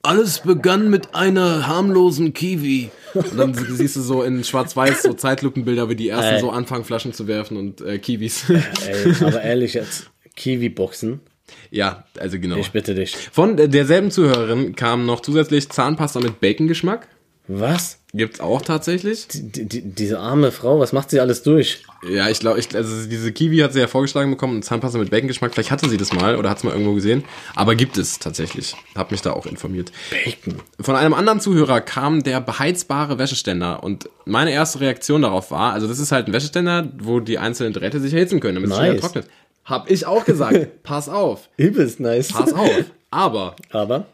S2: Alles begann mit einer harmlosen Kiwi. Und dann sie- siehst du so in Schwarz-Weiß so Zeitlupenbilder, wie die ersten
S1: Ey.
S2: so anfangen, Flaschen zu werfen und äh, Kiwis.
S1: Ey, aber ehrlich jetzt, Kiwi-Boxen,
S2: ja, also genau.
S1: ich bitte dich.
S2: Von äh, derselben Zuhörerin kam noch zusätzlich Zahnpasta mit Bacon-Geschmack.
S1: Was?
S2: Gibt's auch tatsächlich.
S1: Die, die, die, diese arme Frau, was macht sie alles durch?
S2: Ja, ich glaube, ich, also diese Kiwi hat sie ja vorgeschlagen bekommen und Zahnpasta mit Bacon-Geschmack. Vielleicht hatte sie das mal oder hat's mal irgendwo gesehen. Aber gibt es tatsächlich. Hab mich da auch informiert.
S1: Bacon.
S2: Von einem anderen Zuhörer kam der beheizbare Wäscheständer und meine erste Reaktion darauf war, also das ist halt ein Wäscheständer, wo die einzelnen Drähte sich erhitzen können, damit es
S1: Nice.
S2: schneller trocknet. Hab ich auch gesagt, pass auf,
S1: Übelst nice.
S2: pass auf. Aber
S1: Aber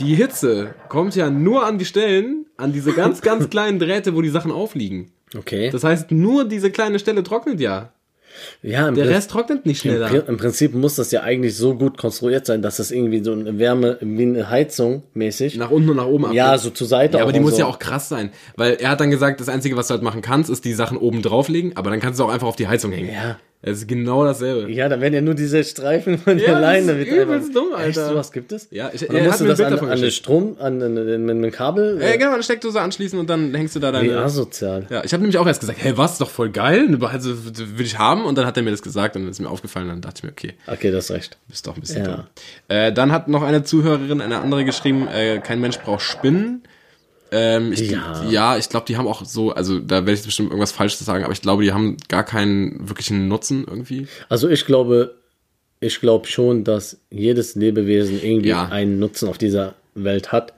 S2: die Hitze kommt ja nur an die Stellen, an diese ganz, ganz kleinen Drähte, wo die Sachen aufliegen.
S1: Okay.
S2: Das heißt, nur diese kleine Stelle trocknet ja.
S1: ja, im,
S2: Der
S1: Prin-
S2: Rest trocknet nicht
S1: im, Pri-
S2: schneller.
S1: im Prinzip muss das ja eigentlich so gut konstruiert sein, dass das irgendwie so eine Wärme, wie eine Heizung mäßig.
S2: Nach unten und nach oben ab.
S1: ja, so zur Seite.
S2: Ja, aber die
S1: und
S2: muss
S1: so.
S2: ja auch krass sein, weil er hat dann gesagt, das Einzige, was du halt machen kannst, ist die Sachen oben drauflegen, aber dann kannst du auch einfach auf die Heizung hängen.
S1: Ja.
S2: Es ist genau dasselbe.
S1: Ja, dann werden ja nur diese Streifen von
S2: Ja,
S1: der
S2: das
S1: Leine
S2: ist
S1: mit
S2: übelst
S1: einfach-
S2: dumm,
S1: Echt,
S2: Alter.
S1: sowas gibt es?
S2: Ja, ich-
S1: Und dann
S2: er hat
S1: musst du
S2: mir ein
S1: das
S2: Bild
S1: an,
S2: davon
S1: an den
S2: geschickt.
S1: Strom, an, an, an, an, an Kabel?
S2: Ja,
S1: äh,
S2: genau, eine Steckdose anschließen und dann hängst du da deine.
S1: Wie
S2: Ja,
S1: asozial.
S2: ich habe nämlich auch erst gesagt, hey, was, doch voll geil, eine Beheize will ich haben und dann hat er mir das gesagt und dann ist mir aufgefallen und dann dachte ich mir, okay,
S1: Okay, das reicht.
S2: bist doch ein bisschen
S1: Ja.
S2: dumm. Äh, dann hat noch eine Zuhörerin, eine andere geschrieben, äh, kein Mensch braucht Spinnen. Ähm, ich,
S1: Ja.
S2: ja. ja, ich glaube, die haben auch so, also da werde ich bestimmt irgendwas Falsches sagen, aber ich glaube, die haben gar keinen wirklichen Nutzen irgendwie.
S1: Also ich glaube, ich glaube schon, dass jedes Lebewesen irgendwie
S2: Ja.
S1: einen Nutzen auf dieser Welt hat.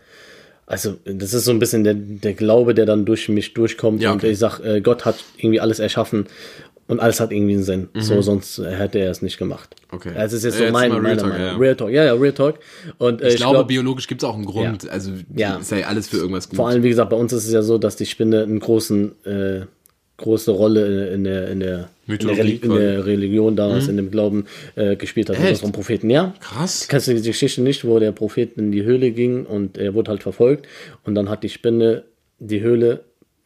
S1: Also das ist so ein bisschen der, der Glaube, der dann durch mich durchkommt
S2: Ja,
S1: und
S2: okay.
S1: ich sag, äh, Gott hat irgendwie alles erschaffen und alles hat irgendwie einen Sinn. So, sonst hätte er es nicht gemacht.
S2: Mhm.
S1: Also
S2: Okay.
S1: Es ist jetzt
S2: Äh,
S1: so
S2: jetzt
S1: mein,
S2: mal Real
S1: meine
S2: Talk,
S1: Meinung.
S2: ja, ja.
S1: Real Talk, ja, ja, Real Talk. Und äh,
S2: Ich, glaube, biologisch gibt es auch einen Grund.
S1: Ja.
S2: Also
S1: Ja.
S2: ist ja alles für irgendwas gut.
S1: Vor allem, wie gesagt, bei uns ist es ja so, dass die Spinne eine großen, äh, große Rolle in, in der, in der, in der,
S2: Mythologie Mhm.
S1: Reli- in der Religion damals, in dem Glauben äh, gespielt hat.
S2: Echt?
S1: Von Propheten, ja.
S2: Krass.
S1: Kennst du die Geschichte nicht, wo der Prophet in die Höhle ging und er wurde halt verfolgt und dann hat die Spinne die Höhle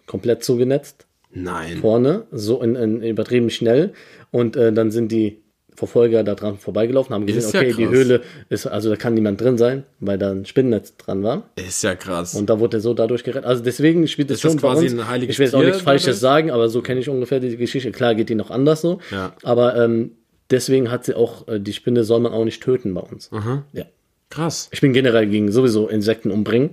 S1: komplett zugenetzt,
S2: Nein.
S1: vorne, so in, in übertrieben schnell und äh, dann sind die Verfolger da dran vorbeigelaufen, haben gesehen,
S2: Ist ja
S1: okay, die
S2: krass.
S1: Höhle ist, also da kann niemand drin sein, weil da ein Spinnennetz dran war.
S2: Ist ja krass.
S1: Und da wurde er so dadurch gerettet. Also deswegen spielt es
S2: Ist das
S1: schon
S2: quasi
S1: bei uns.
S2: ein heiliges
S1: ich will jetzt auch
S2: Tier
S1: nichts Falsches
S2: dadurch?
S1: sagen, aber so kenne ich ungefähr die Geschichte. Klar geht die noch anders so.
S2: Ja.
S1: Aber ähm, deswegen hat sie auch, äh, die Spinne soll man auch nicht töten bei uns. Ja.
S2: krass.
S1: Ich bin generell gegen sowieso Insekten umbringen.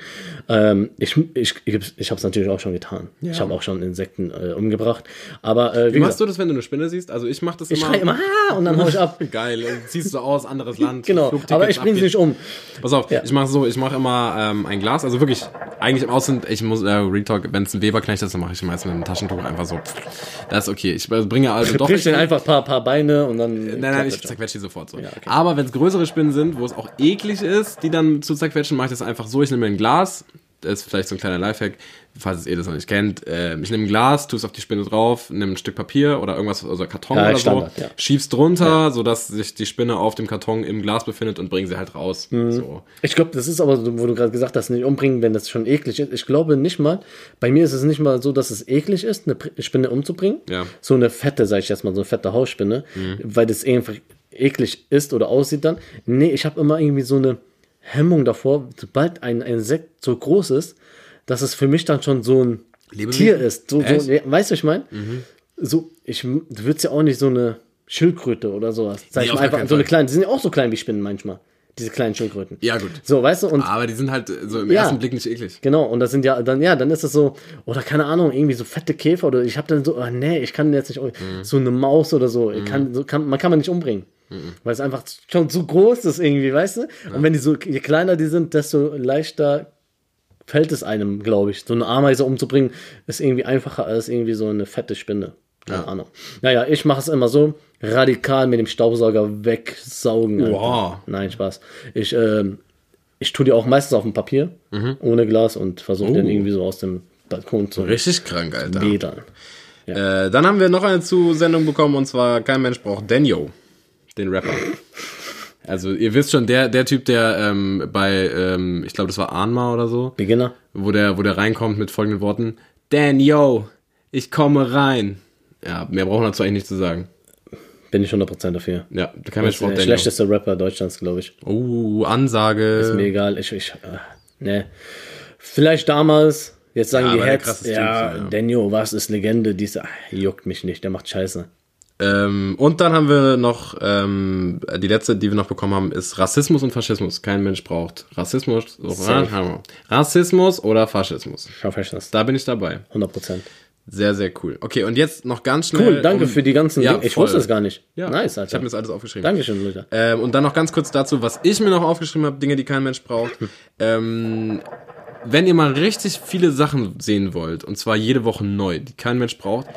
S1: Ähm, ich ich, ich, ich habe es natürlich auch schon getan. Ich habe auch schon Insekten äh, umgebracht. Aber äh, wie
S2: Machst
S1: gesagt,
S2: du das, wenn du eine Spinne siehst? Also ich mache das
S1: ich
S2: immer.
S1: schreie immer "Ah!" und dann hau ich ab.
S2: Geil, äh, ziehst du aus, anderes Land.
S1: Genau.
S2: Flugtickets
S1: Aber ich bringe
S2: abgeht.
S1: nicht um.
S2: Pass auf,
S1: Ja.
S2: ich mache so, ich mache immer ähm, ein Glas, also wirklich, eigentlich im Ausland, ich muss, äh, Retalk, wenn es ein Weberknecht ist, dann mache ich meist mit einem Taschentuch einfach so. Das ist okay. Ich äh, bringe also doch.
S1: Brich
S2: Ich,
S1: den
S2: nein,
S1: einfach ein paar, paar Beine und dann.
S2: nein, ich zerquetsche die sofort so.
S1: okay.
S2: Aber wenn es größere Spinnen sind, wo es auch eklig ist, die dann zu zerquetschen, mache ich das einfach so. Ich nehme mir ein Glas, das ist vielleicht so ein kleiner Lifehack, falls es ihr das noch nicht kennt. Äh, ich nehme ein Glas, tue es auf die Spinne drauf, nehme ein Stück Papier oder irgendwas, also Karton
S1: Ja,
S2: oder
S1: Standard,
S2: so,
S1: ja.
S2: schieb's drunter, sodass sich die Spinne auf dem Karton im Glas befindet und bringe sie halt raus.
S1: Mhm.
S2: So.
S1: Ich glaube, das ist aber, so, wo du gerade gesagt hast, nicht umbringen, wenn das schon eklig ist. Ich glaube nicht mal, bei mir ist es nicht mal so, dass es eklig ist, eine Pri- Spinne umzubringen.
S2: Ja. Mhm.
S1: So eine fette, sage ich jetzt mal, so eine fette Hausspinne, weil das irgendwie eklig ist oder aussieht dann. Nee, ich habe immer irgendwie so eine Hemmung davor, sobald ein Insekt so groß ist, dass es für mich dann schon so ein
S2: Lebewesen?
S1: Tier ist. So,
S2: Echt? Mhm.
S1: so, ja, weißt du, was ich meine? So, ich, du willst ja auch nicht so eine Schildkröte oder sowas. Sag
S2: Nee,
S1: ich
S2: auf
S1: mal
S2: gar
S1: einfach,
S2: keinen
S1: so eine
S2: Fall.
S1: kleine, die sind ja auch so klein wie Spinnen manchmal, diese kleinen Schildkröten.
S2: Ja, gut.
S1: So, weißt du, und
S2: Aber die sind halt so im
S1: Ja.
S2: ersten Blick nicht eklig.
S1: genau, und das sind ja, dann, ja, dann ist es so, oder keine Ahnung, irgendwie so fette Käfer oder ich habe dann so, ah, nee, ich kann jetzt nicht, um-
S2: Mhm.
S1: so eine Maus oder so, ich kann, so kann, man kann man nicht umbringen.
S2: Mhm.
S1: Weil es einfach schon zu groß ist irgendwie, weißt du? Und wenn die so, je kleiner die sind, desto leichter fällt es einem, glaube ich. So eine Ameise umzubringen ist irgendwie einfacher als irgendwie so eine fette Spinne. Keine
S2: Ja.
S1: Ahnung. Naja, ich mache es immer so, radikal mit dem Staubsauger wegsaugen. Alter.
S2: Wow.
S1: Nein, Spaß. Ich, ähm, ich tue die auch meistens auf dem Papier,
S2: Mhm.
S1: ohne Glas und versuche den irgendwie so aus dem Balkon zu
S2: Oh. Richtig krank, Alter.
S1: wedern.
S2: Äh, dann haben wir noch eine Zusendung bekommen und zwar Kein Mensch braucht Daniel, den Rapper. Also ihr wisst schon, der, der Typ, der ähm, bei, ähm, ich glaube, das war Anma oder so,
S1: Beginner?
S2: wo der, wo der reinkommt mit folgenden Worten. Dan, yo, ich komme rein. Ja, mehr brauchen wir dazu eigentlich nicht zu sagen.
S1: Bin ich 100% dafür.
S2: Ja, kein
S1: Das
S2: Mensch
S1: ist der
S2: braucht Dan Yo.
S1: schlechteste Rapper Deutschlands, glaube ich.
S2: Oh, Ansage.
S1: Mir egal, ich, ich, äh, ne. Vielleicht damals, jetzt sagen
S2: Ja,
S1: die
S2: aber der
S1: Herz,
S2: krasseste
S1: ja,
S2: Typ so, ja.
S1: Daniel, was ist Legende, diese, ah, juckt mich nicht, der macht Scheiße.
S2: Ähm, und dann haben wir noch, ähm, die letzte, die wir noch bekommen haben, ist Rassismus und Faschismus. Kein Mensch braucht Rassismus,
S1: Safe.
S2: Rassismus oder Faschismus.
S1: Schau Fashions,
S2: Da bin ich dabei.
S1: 100%.
S2: Sehr, sehr cool. Okay, und jetzt noch ganz schnell.
S1: Cool, danke
S2: um-
S1: für die ganzen
S2: Ja,
S1: Dinge. Ich
S2: voll.
S1: wusste es gar nicht.
S2: Ja,
S1: nice,
S2: Ich habe
S1: Alter.
S2: mir das alles aufgeschrieben.
S1: Dankeschön, Leute.
S2: Ähm, und dann noch ganz kurz dazu, was ich mir noch aufgeschrieben habe, Dinge, die kein Mensch braucht. ähm, wenn ihr mal richtig viele Sachen sehen wollt, und zwar jede Woche neu, die kein Mensch braucht,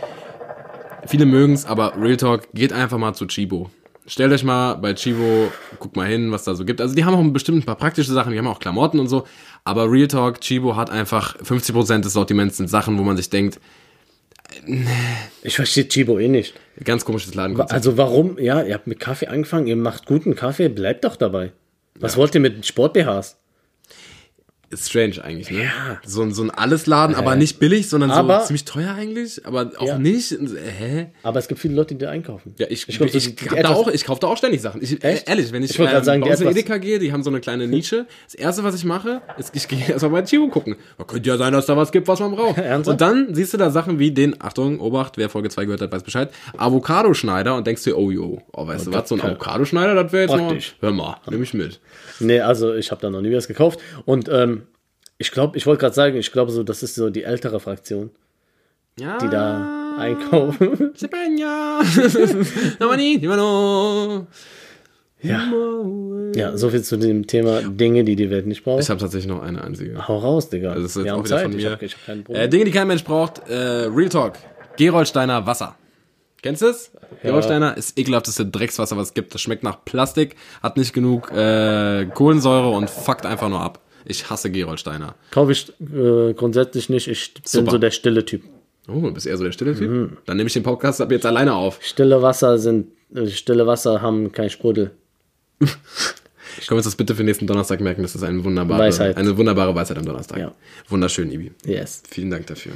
S2: viele mögen es, aber Real Talk, geht einfach mal zu Chibo. Stellt euch mal bei Chibo, guckt mal hin, was da so gibt. Also die haben auch bestimmt ein paar praktische Sachen, die haben auch Klamotten und so. Aber Real Talk, Chibo hat einfach 50% des Sortiments sind Sachen, wo man sich denkt,
S1: Ich verstehe Chibo eh nicht.
S2: ganz komisches
S1: Wa-
S2: Ladenkonzept.
S1: Also warum, ja, ihr habt mit Kaffee angefangen, ihr macht guten Kaffee, bleibt doch dabei. Was wollt ihr mit Sport-BHs?
S2: Ist strange eigentlich, ne?
S1: Ja.
S2: So, ein- so ein Allesladen, aber nicht billig, sondern
S1: Aber-
S2: so ziemlich teuer eigentlich, aber auch
S1: Ja.
S2: nicht. äh, Hä?
S1: Aber es gibt viele Leute, die da einkaufen.
S2: Ja, ich, ich,
S1: glaub, so die- die
S2: hab da
S1: etwas-
S2: auch, ich kaufe da auch ständig Sachen. Ich, äh,
S1: Echt?
S2: Ehrlich, wenn ich,
S1: Ich wollte grad sagen,
S2: bei
S1: die
S2: uns in
S1: etwas-
S2: Edeka gehe, die haben so eine kleine Nische. Das erste, was ich mache, ist, ich gehe erstmal bei Chibo gucken. Da könnte ja sein, dass da was gibt, was man braucht.
S1: Ernsthaft?
S2: und dann siehst du da Sachen wie den, Achtung, Obacht, wer Folge 2 gehört hat, weiß Bescheid, Avocadoschneider und denkst dir, oh jo, oh, weißt du was, so ein Avocadoschneider, das wäre jetzt
S1: Praktisch.
S2: mal, hör mal, nehme ich mit.
S1: Nee, also ich habe da noch nie was gekauft. Und ähm, ich glaube, ich wollte gerade sagen, ich glaube so, das ist so die ältere Fraktion,
S2: Ja.
S1: die
S2: Ah.
S1: da einkaufen.
S2: Sibenia. Aber nie, immer noch.
S1: ja. ja, so viel zu dem Thema Dinge, die die Welt nicht braucht.
S2: Ich habe tatsächlich noch eine einzige.
S1: Hau raus, Digga.
S2: Das ist jetzt
S1: Wir
S2: auch
S1: haben
S2: wieder
S1: Zeit,
S2: von
S1: ich
S2: mir.
S1: hab, ich hab keinen
S2: äh,
S1: Problem.
S2: Dinge, die kein Mensch braucht. Äh, Real Talk. Gerolsteiner Wasser. Kennst du es? Gerolsteiner ist ekelhafteste Dreckswasser, was es gibt. Das schmeckt nach Plastik, hat nicht genug äh, Kohlensäure und fuckt einfach nur ab. Ich hasse Gerolsteiner.
S1: Kaufe ich äh, grundsätzlich nicht. Ich bin
S2: Super.
S1: so der stille Typ.
S2: Oh, du bist eher so der stille Typ?
S1: Mhm.
S2: Dann nehme ich den Podcast ab jetzt alleine auf.
S1: Stille Wasser sind, äh, stille Wasser haben kein Sprudel.
S2: Können wir uns das bitte für nächsten Donnerstag merken? Das ist eine wunderbare
S1: Weisheit.
S2: Eine wunderbare Weisheit am Donnerstag.
S1: Ja.
S2: Wunderschön, Ibi.
S1: Yes.
S2: Vielen Dank dafür.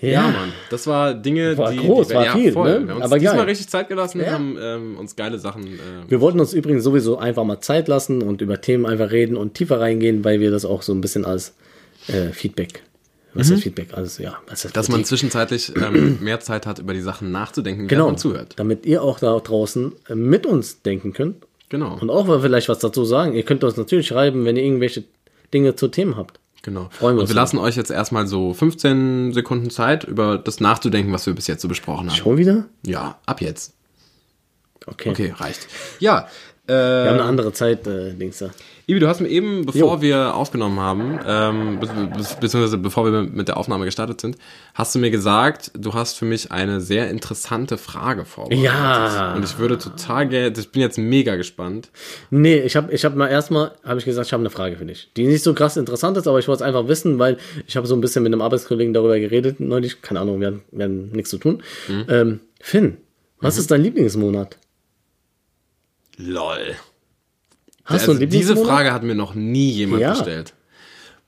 S1: Ja,
S2: Ja, Mann. Das war Dinge,
S1: War
S2: die.
S1: groß,
S2: die,
S1: war viel, ne?
S2: Wir haben uns
S1: Aber
S2: diesmal
S1: geil.
S2: richtig Zeit gelassen,
S1: Ja.
S2: haben ähm, uns geile Sachen. Äh,
S1: Wir wollten uns übrigens sowieso einfach mal Zeit lassen und über Themen einfach reden und tiefer reingehen, weil wir das auch so ein bisschen als äh, Feedback, was ist Feedback, also ja, was ist
S2: Mhm. dass man
S1: Kritik?
S2: zwischenzeitlich ähm, mehr Zeit hat, über die Sachen nachzudenken, während
S1: genau
S2: man zuhört.
S1: damit ihr auch da draußen äh, mit uns denken könnt
S2: Genau.
S1: und auch mal vielleicht was dazu sagen. Ihr könnt uns natürlich schreiben, wenn ihr irgendwelche Dinge zu Themen habt.
S2: genau.
S1: freuen wir
S2: Und
S1: uns
S2: wir
S1: drauf.
S2: lassen euch jetzt erstmal so 15 Sekunden Zeit, über das nachzudenken, was wir bis jetzt so besprochen haben.
S1: Schon wieder?
S2: Ja, ab jetzt.
S1: Okay.
S2: Okay, reicht. Ja. Äh,
S1: Wir haben eine andere Zeit, äh, Dings da.
S2: Ibi, du hast mir eben, bevor wir aufgenommen haben, ähm, be be beziehungsweise bevor wir mit der Aufnahme gestartet sind, hast du mir gesagt, du hast für mich eine sehr interessante Frage vorbereitet.
S1: Ja.
S2: Und ich würde total gerne, ich bin jetzt mega gespannt.
S1: Nee, ich habe ich hab mal erstmal, habe ich gesagt, ich habe eine Frage für dich, die nicht so krass interessant ist, aber ich wollte es einfach wissen, weil ich habe so ein bisschen mit einem Arbeitskollegen darüber geredet neulich, keine Ahnung, wir haben, wir haben nichts zu tun.
S2: Mhm.
S1: Ähm, Finn, was ist dein Lieblingsmonat?
S2: Lol.
S1: Hast
S2: Also,
S1: du einen
S2: diese
S1: Lieblingsmonat?
S2: Frage hat mir noch nie jemand
S1: Ja.
S2: gestellt.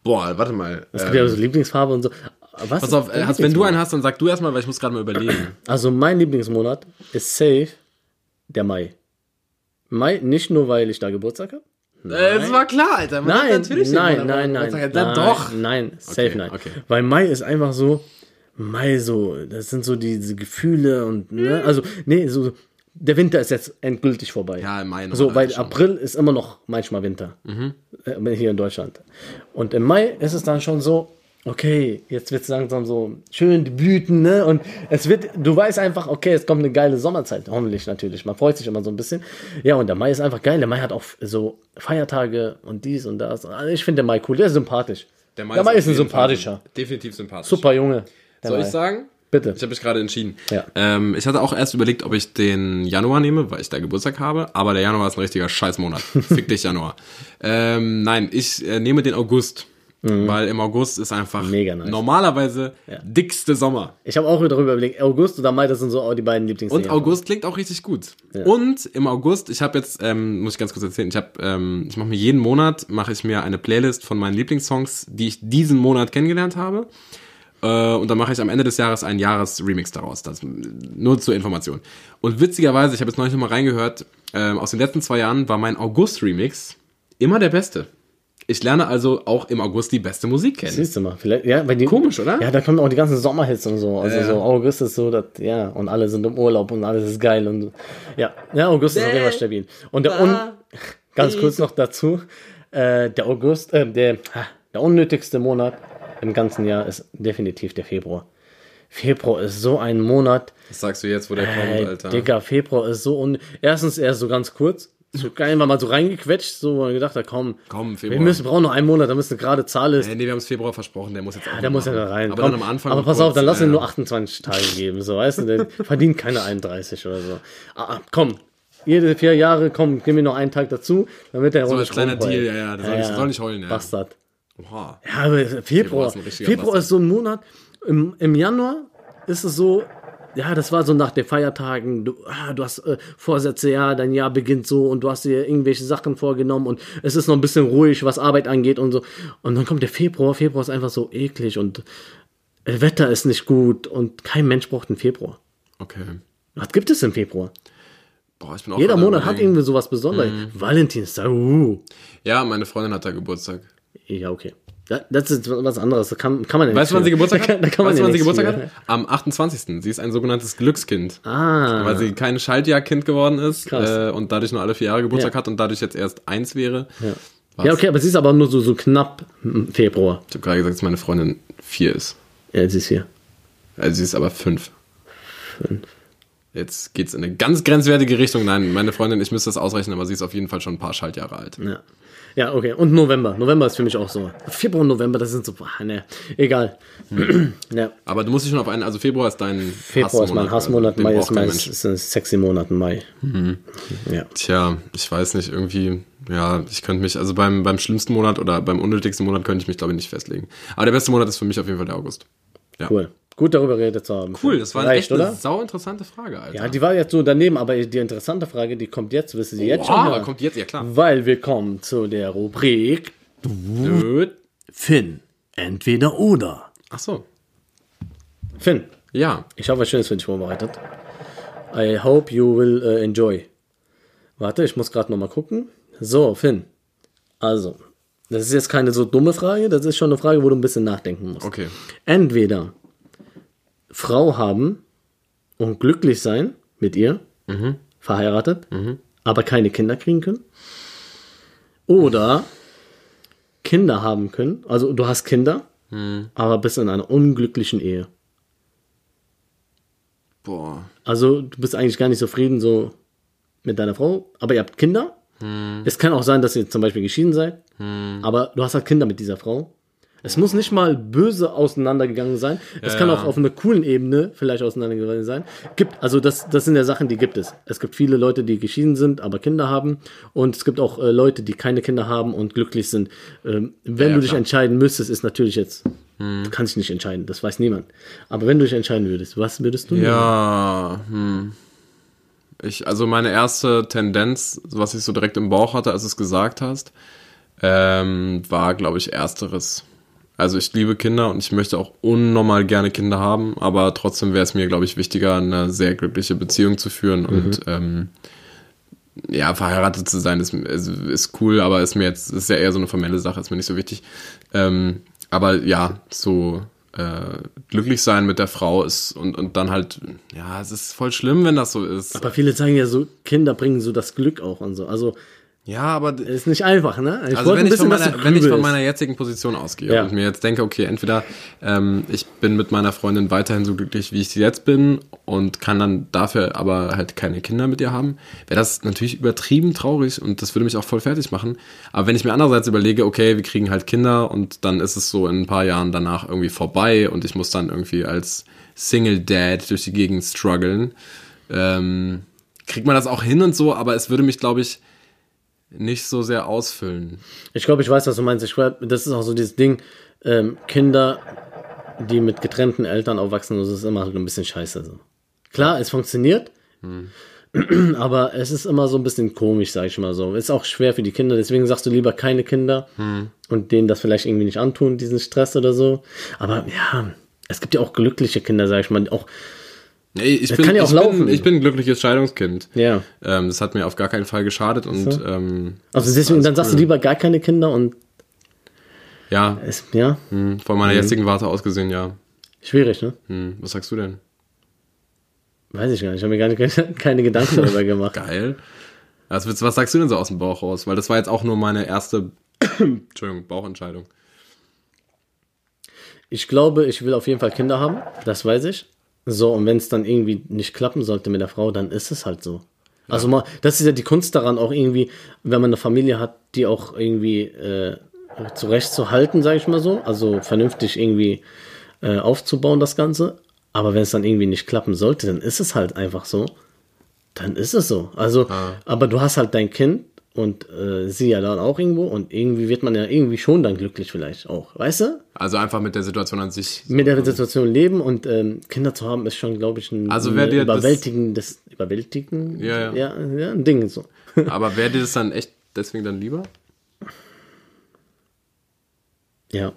S2: Boah, warte mal.
S1: Es
S2: Äh,
S1: gibt ja so Lieblingsfarbe und so. Was
S2: pass
S1: ist
S2: auf, äh, hast,
S1: dein
S2: wenn du
S1: Lieblingsmonat?
S2: einen hast, dann sag du erstmal, weil ich muss gerade mal überlegen.
S1: Also mein Lieblingsmonat ist safe der Mai. Mai, nicht nur, weil ich da Geburtstag habe.
S2: Äh, Es war klar, Alter. man hat
S1: Nein,
S2: den
S1: nein,
S2: Monat,
S1: nein,
S2: aber man
S1: nein,
S2: sagt,
S1: nein,
S2: Dann doch.
S1: Nein, safe
S2: Okay,
S1: nein.
S2: okay.
S1: Weil Mai ist einfach so, Mai so, das sind so diese Gefühle und,
S2: Hm.
S1: ne, also, nee, so, der Winter ist jetzt endgültig vorbei.
S2: Ja, im Mai noch,
S1: So, Also, weil
S2: Alter, schon.
S1: April ist immer noch manchmal Winter.
S2: Mhm.
S1: Äh, Hier in Deutschland. Und im Mai ist es dann schon so, okay, jetzt wird es langsam so schön, die Blüten, ne, und es wird, du weißt einfach, okay, es kommt eine geile Sommerzeit, hoffentlich natürlich. Man freut sich immer so ein bisschen. Ja, und der Mai ist einfach geil. Der Mai hat auch so Feiertage und dies und das. Also ich finde der Mai cool, der ist sympathisch.
S2: Der Mais,
S1: Der Mais
S2: auf
S1: ist ein
S2: jeden Fall
S1: sympathischer.
S2: Definitiv sympathisch.
S1: Super Junge. Der
S2: Soll ich
S1: Mai.
S2: sagen?
S1: Bitte.
S2: Ich habe mich gerade entschieden.
S1: Ja.
S2: Ähm, ich hatte auch erst überlegt, ob ich den Januar nehme, weil ich da Geburtstag habe, aber der Januar ist ein richtiger Scheißmonat. Fick dich, Januar. Ähm, nein, ich äh, nehme den August, weil im August ist einfach
S1: Mhm. Mega nice.
S2: normalerweise dickste Sommer.
S1: Ich habe auch darüber überlegt, August oder Mai, das sind so die beiden Lieblingsserien.
S2: Und August klingt auch richtig gut. Und im August, ich habe jetzt, ähm, muss ich ganz kurz erzählen, ich habe, ähm, ich mache mir jeden Monat mache ich mir eine Playlist von meinen Lieblingssongs, die ich diesen Monat kennengelernt habe. Äh, und dann mache ich am Ende des Jahres einen Jahresremix daraus. Das, nur zur Information. Und witzigerweise, ich habe jetzt neulich nochmal reingehört, ähm, aus den letzten zwei Jahren war mein August-Remix immer der beste. Ich lerne also auch im August die beste Musik kennen.
S1: Siehst du mal, vielleicht, ja, weil die,
S2: Komisch, oder?
S1: Ja, da kommen auch die ganzen Sommerhits und so. Also
S2: Ja, ja.
S1: so August ist so, das, ja, und alle sind im Urlaub und alles ist geil und ja, ja, August ist auf jeden Fall stabil. Und der un ganz kurz noch dazu, äh, der August, äh, der, ha, der unnötigste Monat im ganzen Jahr ist definitiv der Februar. Februar ist so ein Monat,
S2: Das sagst du jetzt, wo der
S1: Ey,
S2: kommt, Alter.
S1: Digga, Februar ist so un. Erstens, er ist so ganz kurz. So geil, war mal so reingequetscht, so wo man gedacht, hat, komm,
S2: Komm,
S1: wir
S2: Februar.
S1: müssen, brauchen noch einen Monat, da müssen eine gerade Zahl ist.
S2: Äh, nee, wir haben es Februar versprochen, der muss jetzt auch.
S1: Der
S2: noch
S1: muss ja
S2: machen.
S1: da rein.
S2: Aber
S1: Komm,
S2: dann am Anfang.
S1: aber pass
S2: kurz,
S1: auf, dann lass
S2: äh,
S1: ihn nur 28 Tage geben, so weißt du, der verdient keine 31 oder so. Ah, ah, komm, jede vier Jahre, komm, gib mir noch einen Tag dazu, damit der so
S2: als kleiner Deal, ja, ja, der soll nicht- soll nicht heulen, ja.
S1: Bastard.
S2: Oha.
S1: Ja, aber Februar. Februar,
S2: ist
S1: ist,
S2: ein richtiger
S1: Februar
S2: Bastard.
S1: ist so ein Monat. Im, Im Januar ist es so, ja, das war so nach den Feiertagen. Du, ah, du hast äh, Vorsätze, ja, dein Jahr beginnt so und du hast dir irgendwelche Sachen vorgenommen und es ist noch ein bisschen ruhig, was Arbeit angeht und so. Und dann kommt der Februar. Februar ist einfach so eklig und äh, Wetter ist nicht gut und kein Mensch braucht einen Februar.
S2: Okay.
S1: Was gibt es im Februar?
S2: Boah, ich bin auch
S1: Jeder
S2: gerade
S1: Monat hat
S2: überlegen.
S1: irgendwie sowas Besonderes.
S2: Mhm.
S1: Valentinstag, uh.
S2: Ja, meine Freundin hat da Geburtstag.
S1: Ja, okay. Ja, Das ist was anderes. Da kann, kann man ja
S2: Weißt du, wann sie
S1: nichts für.
S2: Geburtstag
S1: Da kann,
S2: hat?
S1: da kann man
S2: weißt du,
S1: ja
S2: wann sie
S1: nichts
S2: Geburtstag
S1: für.
S2: hat? Am 28. Sie ist ein sogenanntes Glückskind.
S1: Ah,
S2: Weil sie kein Schaltjahrkind geworden ist
S1: Krass.
S2: äh, und dadurch nur alle vier Jahre Geburtstag
S1: Ja.
S2: hat und dadurch jetzt erst eins wäre. Ja. Was?
S1: ja, okay, aber sie ist aber nur so, so knapp im Februar.
S2: Ich habe gerade gesagt, dass meine Freundin vier ist.
S1: Ja, sie ist hier.
S2: Also sie ist aber fünf. Jetzt geht's in eine ganz grenzwertige Richtung. Nein, meine Freundin, ich müsste das ausrechnen, aber sie ist auf jeden Fall schon ein paar Schaltjahre alt.
S1: Ja. ja, okay. Und November. November ist für mich auch so. Februar und November, das sind so. Ah, ne, egal.
S2: Hm.
S1: Ja.
S2: Aber du musst dich schon auf einen, also Februar ist dein
S1: Februar ist mein Hassmonat,
S2: also den
S1: Mai
S2: braucht
S1: ist
S2: kein
S1: mein
S2: Mensch. Mhm.
S1: ist ein sexy Monat, Mai. Ja.
S2: Tja, ich weiß nicht, irgendwie, ja, ich könnte mich, also beim, beim schlimmsten Monat oder beim unnötigsten Monat könnte ich mich, glaube ich, nicht festlegen. Aber der beste Monat ist für mich auf jeden Fall der August.
S1: Cool. Gut darüber geredet zu haben.
S2: Cool, das war
S1: Reicht,
S2: echt eine
S1: oder?
S2: sau interessante Frage, Alter.
S1: Ja, die war jetzt so daneben, aber die interessante Frage, die kommt jetzt, wisst ihr jetzt schon.
S2: Boah,
S1: Ja.
S2: kommt jetzt, ja klar.
S1: Weil wir kommen zu der Rubrik Finn. Entweder oder.
S2: Ach so,
S1: Finn,
S2: ja.
S1: Ich habe was Schönes für dich vorbereitet. I hope you will äh, enjoy. Warte, ich muss gerade nochmal gucken. So, Finn. Also, das ist jetzt keine so dumme Frage, das ist schon eine Frage, wo du ein bisschen nachdenken musst.
S2: Okay.
S1: Entweder Frau haben und glücklich sein mit ihr, verheiratet, aber keine Kinder kriegen können. Oder Kinder haben können, also du hast Kinder, aber bist in einer unglücklichen Ehe.
S2: Boah.
S1: Also, du bist eigentlich gar nicht zufrieden so mit deiner Frau, aber ihr habt Kinder.
S2: Hm.
S1: Es kann auch sein, dass ihr zum Beispiel geschieden seid, aber du hast halt Kinder mit dieser Frau. Es muss nicht mal böse auseinandergegangen sein. Es kann
S2: ja.
S1: auch auf einer coolen Ebene vielleicht auseinandergegangen sein. Gibt, also das, das sind ja Sachen, die gibt es. Es gibt viele Leute, die geschieden sind, aber Kinder haben. Und es gibt auch äh, Leute, die keine Kinder haben und glücklich sind. Ähm, wenn
S2: ja,
S1: du dich
S2: klar. Hm.
S1: entscheiden müsstest, ist natürlich jetzt, du kannst dich nicht entscheiden, das weiß niemand. Aber wenn du dich entscheiden würdest, was würdest du nehmen?
S2: Ja, hm. Ich, also meine erste Tendenz, was ich so direkt im Bauch hatte, als du es gesagt hast, ähm, war, glaube ich, ersteres. Also ich liebe Kinder und ich möchte auch unnormal gerne Kinder haben, aber trotzdem wäre es mir, glaube ich, wichtiger, eine sehr glückliche Beziehung zu führen und ähm, ja, verheiratet zu sein ist, ist, ist cool, aber ist mir jetzt, ist ja eher so eine formelle Sache, ist mir nicht so wichtig. Ähm, aber ja, so äh, glücklich sein mit der Frau ist und, und dann halt, ja, es ist voll schlimm, wenn das so ist.
S1: Aber viele sagen ja so, Kinder bringen so das Glück auch und so. Also
S2: Ja, aber äh,
S1: Ist nicht einfach, ne? Ich
S2: also
S1: wollte
S2: wenn ich, von
S1: was
S2: meiner,
S1: du
S2: wenn ich von
S1: grübelst.
S2: meiner jetzigen Position ausgehe
S1: Ja.
S2: und mir jetzt denke, okay, entweder ähm, ich bin mit meiner Freundin weiterhin so glücklich, wie ich sie jetzt bin und kann dann dafür aber halt keine Kinder mit ihr haben, wäre das natürlich übertrieben traurig und das würde mich auch voll fertig machen. Aber wenn ich mir andererseits überlege, okay, wir kriegen halt Kinder und dann ist es so in ein paar Jahren danach irgendwie vorbei und ich muss dann irgendwie als Single Dad durch die Gegend strugglen, ähm, kriegt man das auch hin und so, aber es würde mich, glaube ich, nicht so sehr ausfüllen.
S1: Ich glaube, ich weiß, was du meinst. Ich glaube, das ist auch so dieses Ding, ähm, Kinder, die mit getrennten Eltern aufwachsen, das ist immer so ein bisschen scheiße. So. Klar, es funktioniert,
S2: Hm.
S1: aber es ist immer so ein bisschen komisch, sag ich mal so. Ist auch schwer für die Kinder, deswegen sagst du lieber keine Kinder
S2: Hm.
S1: und denen das vielleicht irgendwie nicht antun, diesen Stress oder so. Aber ja, es gibt ja auch glückliche Kinder, sag ich mal. Auch,
S2: Nee, ich
S1: Das
S2: bin,
S1: kann ja auch
S2: ich
S1: laufen.
S2: Bin, ich bin ein glückliches Scheidungskind.
S1: ja.
S2: Ähm, das hat mir auf gar keinen Fall geschadet und
S1: So.
S2: ähm,
S1: Also deswegen,
S2: alles
S1: dann sagst du
S2: cool.
S1: lieber gar keine Kinder und
S2: ja,
S1: es, ja,
S2: hm, von meiner
S1: Mhm.
S2: jetzigen Warte aus gesehen, ja.
S1: schwierig, ne?
S2: Hm, was sagst du denn?
S1: Weiß ich gar nicht. Ich habe mir gar nicht, keine Gedanken darüber gemacht.
S2: Geil. Was, willst- was sagst du denn so aus dem Bauch raus? Weil das war jetzt auch nur meine erste Entschuldigung, Bauchentscheidung.
S1: Ich glaube, ich will auf jeden Fall Kinder haben, das weiß ich. So, und wenn es dann irgendwie nicht klappen sollte mit der Frau, dann ist es halt so. Also mal, das ist ja die Kunst daran, auch irgendwie, wenn man eine Familie hat, die auch irgendwie äh, zurechtzuhalten, sage ich mal so. Also vernünftig irgendwie äh, aufzubauen, das Ganze. Aber wenn es dann irgendwie nicht klappen sollte, dann ist es halt einfach so. Dann ist es so. Also, aber du hast halt dein Kind und äh, sie ja dann auch irgendwo und irgendwie wird man ja irgendwie schon dann glücklich vielleicht auch, weißt du?
S2: Also einfach mit der Situation an sich.
S1: mit der Situation leben und ähm, Kinder zu haben, ist schon, glaube ich, ein,
S2: Also wer
S1: ein
S2: dir das-
S1: überwältigendes, überwältigen,
S2: Ja, ja.
S1: ja, ja, ein Ding so.
S2: Aber wäre dir das dann echt deswegen dann lieber?
S1: Ja,